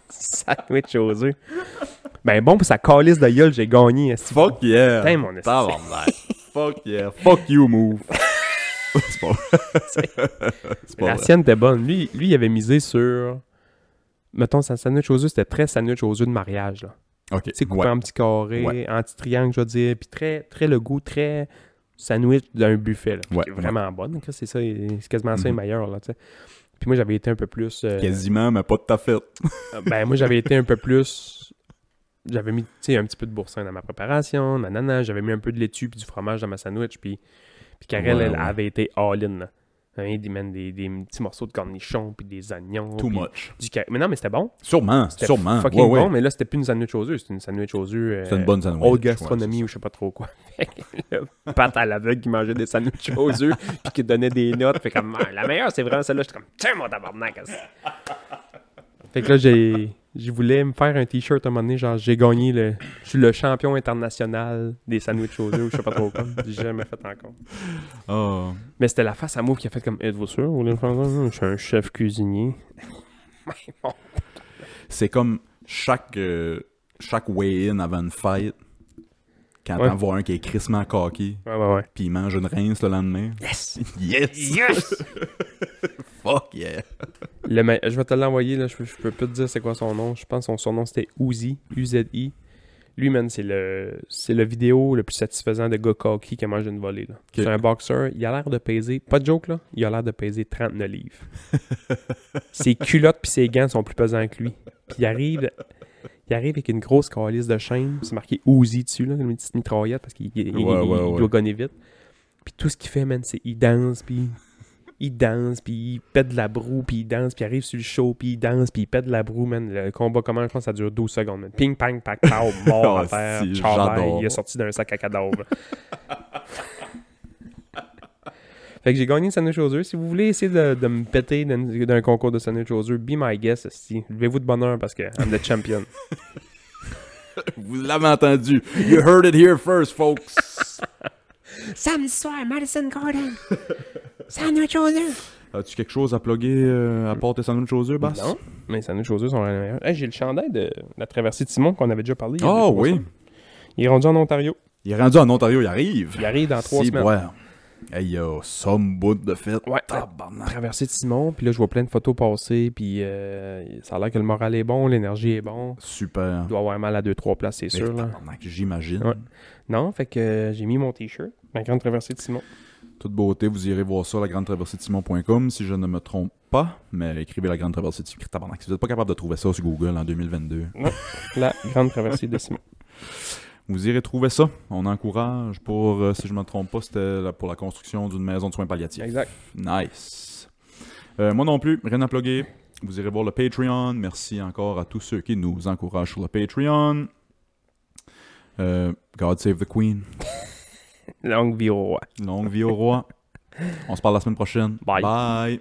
B: sandwich aux œufs. Ben bon, pour sa calice de gueule, j'ai gagné. esti.
A: Fuck yeah!
B: Putain, mon esti.
A: Tabarnak. Fuck yeah. Fuck you, move. c'est pas vrai. c'est pas
B: La
A: vrai.
B: sienne était bonne. Lui, lui, il avait misé sur. Mettons, sa sandwich aux œufs, c'était très sandwich aux œufs de mariage. Là.
A: Ok.
B: Tu sais, coupé
A: ouais.
B: en petits carrés,
A: Ouais.
B: en petits triangles, je veux dire. Puis très, très le goût, très sandwich d'un buffet. Là,
A: Ouais,
B: qui est vraiment bonne. Chris, C'est ça, il- c'est quasiment ça,
A: Mhm.
B: le meilleur. Là, tu sais. Puis moi, j'avais été un peu plus. euh,
A: Quasiment, mais pas de ta fête.
B: ben, moi, j'avais été un peu plus. J'avais mis, tu sais, un petit peu de boursin dans ma préparation, nanana. J'avais mis un peu de laitue puis du fromage dans ma sandwich. Puis, puis Karel,
A: Ouais,
B: elle
A: ouais.
B: avait été all-in. là. Hein, des, man, des, des petits morceaux de cornichons puis des oignons.
A: Too
B: puis
A: much.
B: du car- Mais non, mais c'était bon.
A: Sûrement,
B: C'était
A: sûrement.
B: fucking
A: ouais, ouais.
B: bon, mais là, c'était plus une sandwich aux œufs. C'était une sandwich aux œufs.
A: C'est
B: euh,
A: une bonne sandwich.
B: Haute gastronomie ou je sais pas trop quoi. Fait que là, Pat à l'aveugle qui mangeait des sandwichs aux œufs puis qui donnait des notes. Fait comme, Ah, la meilleure, c'est vraiment celle-là. J'étais comme, tiens, mon tabarnak. esti. Fait que là, j'ai. Je voulais me faire un t-shirt à un moment donné, genre j'ai gagné le. Je suis le champion international des sandwichs aux œufs ou je sais pas trop quoi. J'ai jamais fait encore.
A: ouais. Ah.
B: Mais c'était la face à move qui a fait comme Êtes-vous sûr, vous voulez me faire ça? Je suis un chef cuisinier. Mais bon.
A: C'est comme chaque, euh, chaque weigh-in avant une fête. Quand
B: Ouais.
A: t'en vois un qui est crissement coqué,
B: Ouais, ouais, ouais.
A: puis il mange une rince le lendemain.
B: Yes!
A: Yes!
B: Yes!
A: Fuck yeah!
B: Le ma- Je vais te l'envoyer, là. Je, peux- je peux plus te dire c'est quoi son nom. Je pense que son surnom c'était Uzi, U-Z-I. Lui, man, c'est le, c'est le vidéo le plus satisfaisant de gars cocky qui mange une volée. Là. C'est un boxeur. Il a l'air de peser, pas de joke, là, il a l'air de peser 39 livres. ses culottes puis ses gants sont plus pesants que lui. Puis il arrive, il arrive avec une grosse calice de chaîne. C'est marqué Uzi dessus, là, une petite mitraillette parce qu'il il- il-
A: Ouais,
B: il-
A: ouais,
B: il
A: ouais.
B: doit gonner vite. Puis tout ce qu'il fait, man, c'est il danse, puis il danse, puis il pète de la broue, puis il danse, puis il arrive sur le show, puis il danse, puis il pète de la broue, man. Le combat commence, je pense que ça dure 12 secondes, man. Ping, pang, pac, pow, mort à
A: Ah,
B: terre.
A: si,
B: Ciao, bye.
A: j'adore.
B: Il est sorti d'un sac à cadavre. fait que j'ai gagné le sandwich aux œufs. Si vous voulez essayer de, de me péter d'un d'un concours de sandwich aux œufs, be my guest, si. Levez-vous de bonheur parce que I'm the champion.
A: Vous l'avez entendu. You heard it here first, folks.
D: Samedi soir, Madison Garden. Sandwich aux œufs.
A: As-tu quelque chose à plugger euh, à part tes sandwichs aux œufs, Bass?
B: Non, mais les sandwichs aux œufs sont les meilleurs. Hey, j'ai le chandail de la traversée de Simon qu'on avait déjà parlé. il y a deux,
A: Oh
B: trois
A: oui.
B: semaines. Il est rendu en Ontario.
A: Il est rendu en Ontario, il arrive.
B: Il arrive dans trois
A: Si,
B: semaines.
A: ouais. Hey, yo, some bout de fête.
B: Ouais.
A: Tabarnak.
B: Traversée de Simon, puis là, je vois plein de photos passer, puis euh, ça a l'air que le moral est bon, l'énergie est bon.
A: Super.
B: Il doit avoir mal à deux, trois places, c'est
A: Mais
B: sûr. Là.
A: tabarnak, J'imagine.
B: Ouais. Non, fait que euh, j'ai mis mon t-shirt, ma grande traversée de Simon.
A: Toute beauté, vous irez voir ça, la grande traversée de Simon.com, si je ne me trompe pas. Mais écrivez la grande traversée de Simon. Tabarnak, si vous n'êtes pas capable de trouver ça sur Google en 2022,
B: La grande traversée de Simon.
A: vous irez trouver ça. On encourage pour, euh, si je ne me trompe pas, c'était la- pour la construction d'une maison de soins palliatifs.
B: Exact.
A: Nice. Euh, moi non plus, rien à plugger. Vous irez voir le Patreon. Merci encore à tous ceux qui nous encouragent sur le Patreon. Euh, God save the Queen.
B: Longue vie au roi.
A: Longue vie au roi. On se parle la semaine prochaine.
B: Bye.
A: Bye.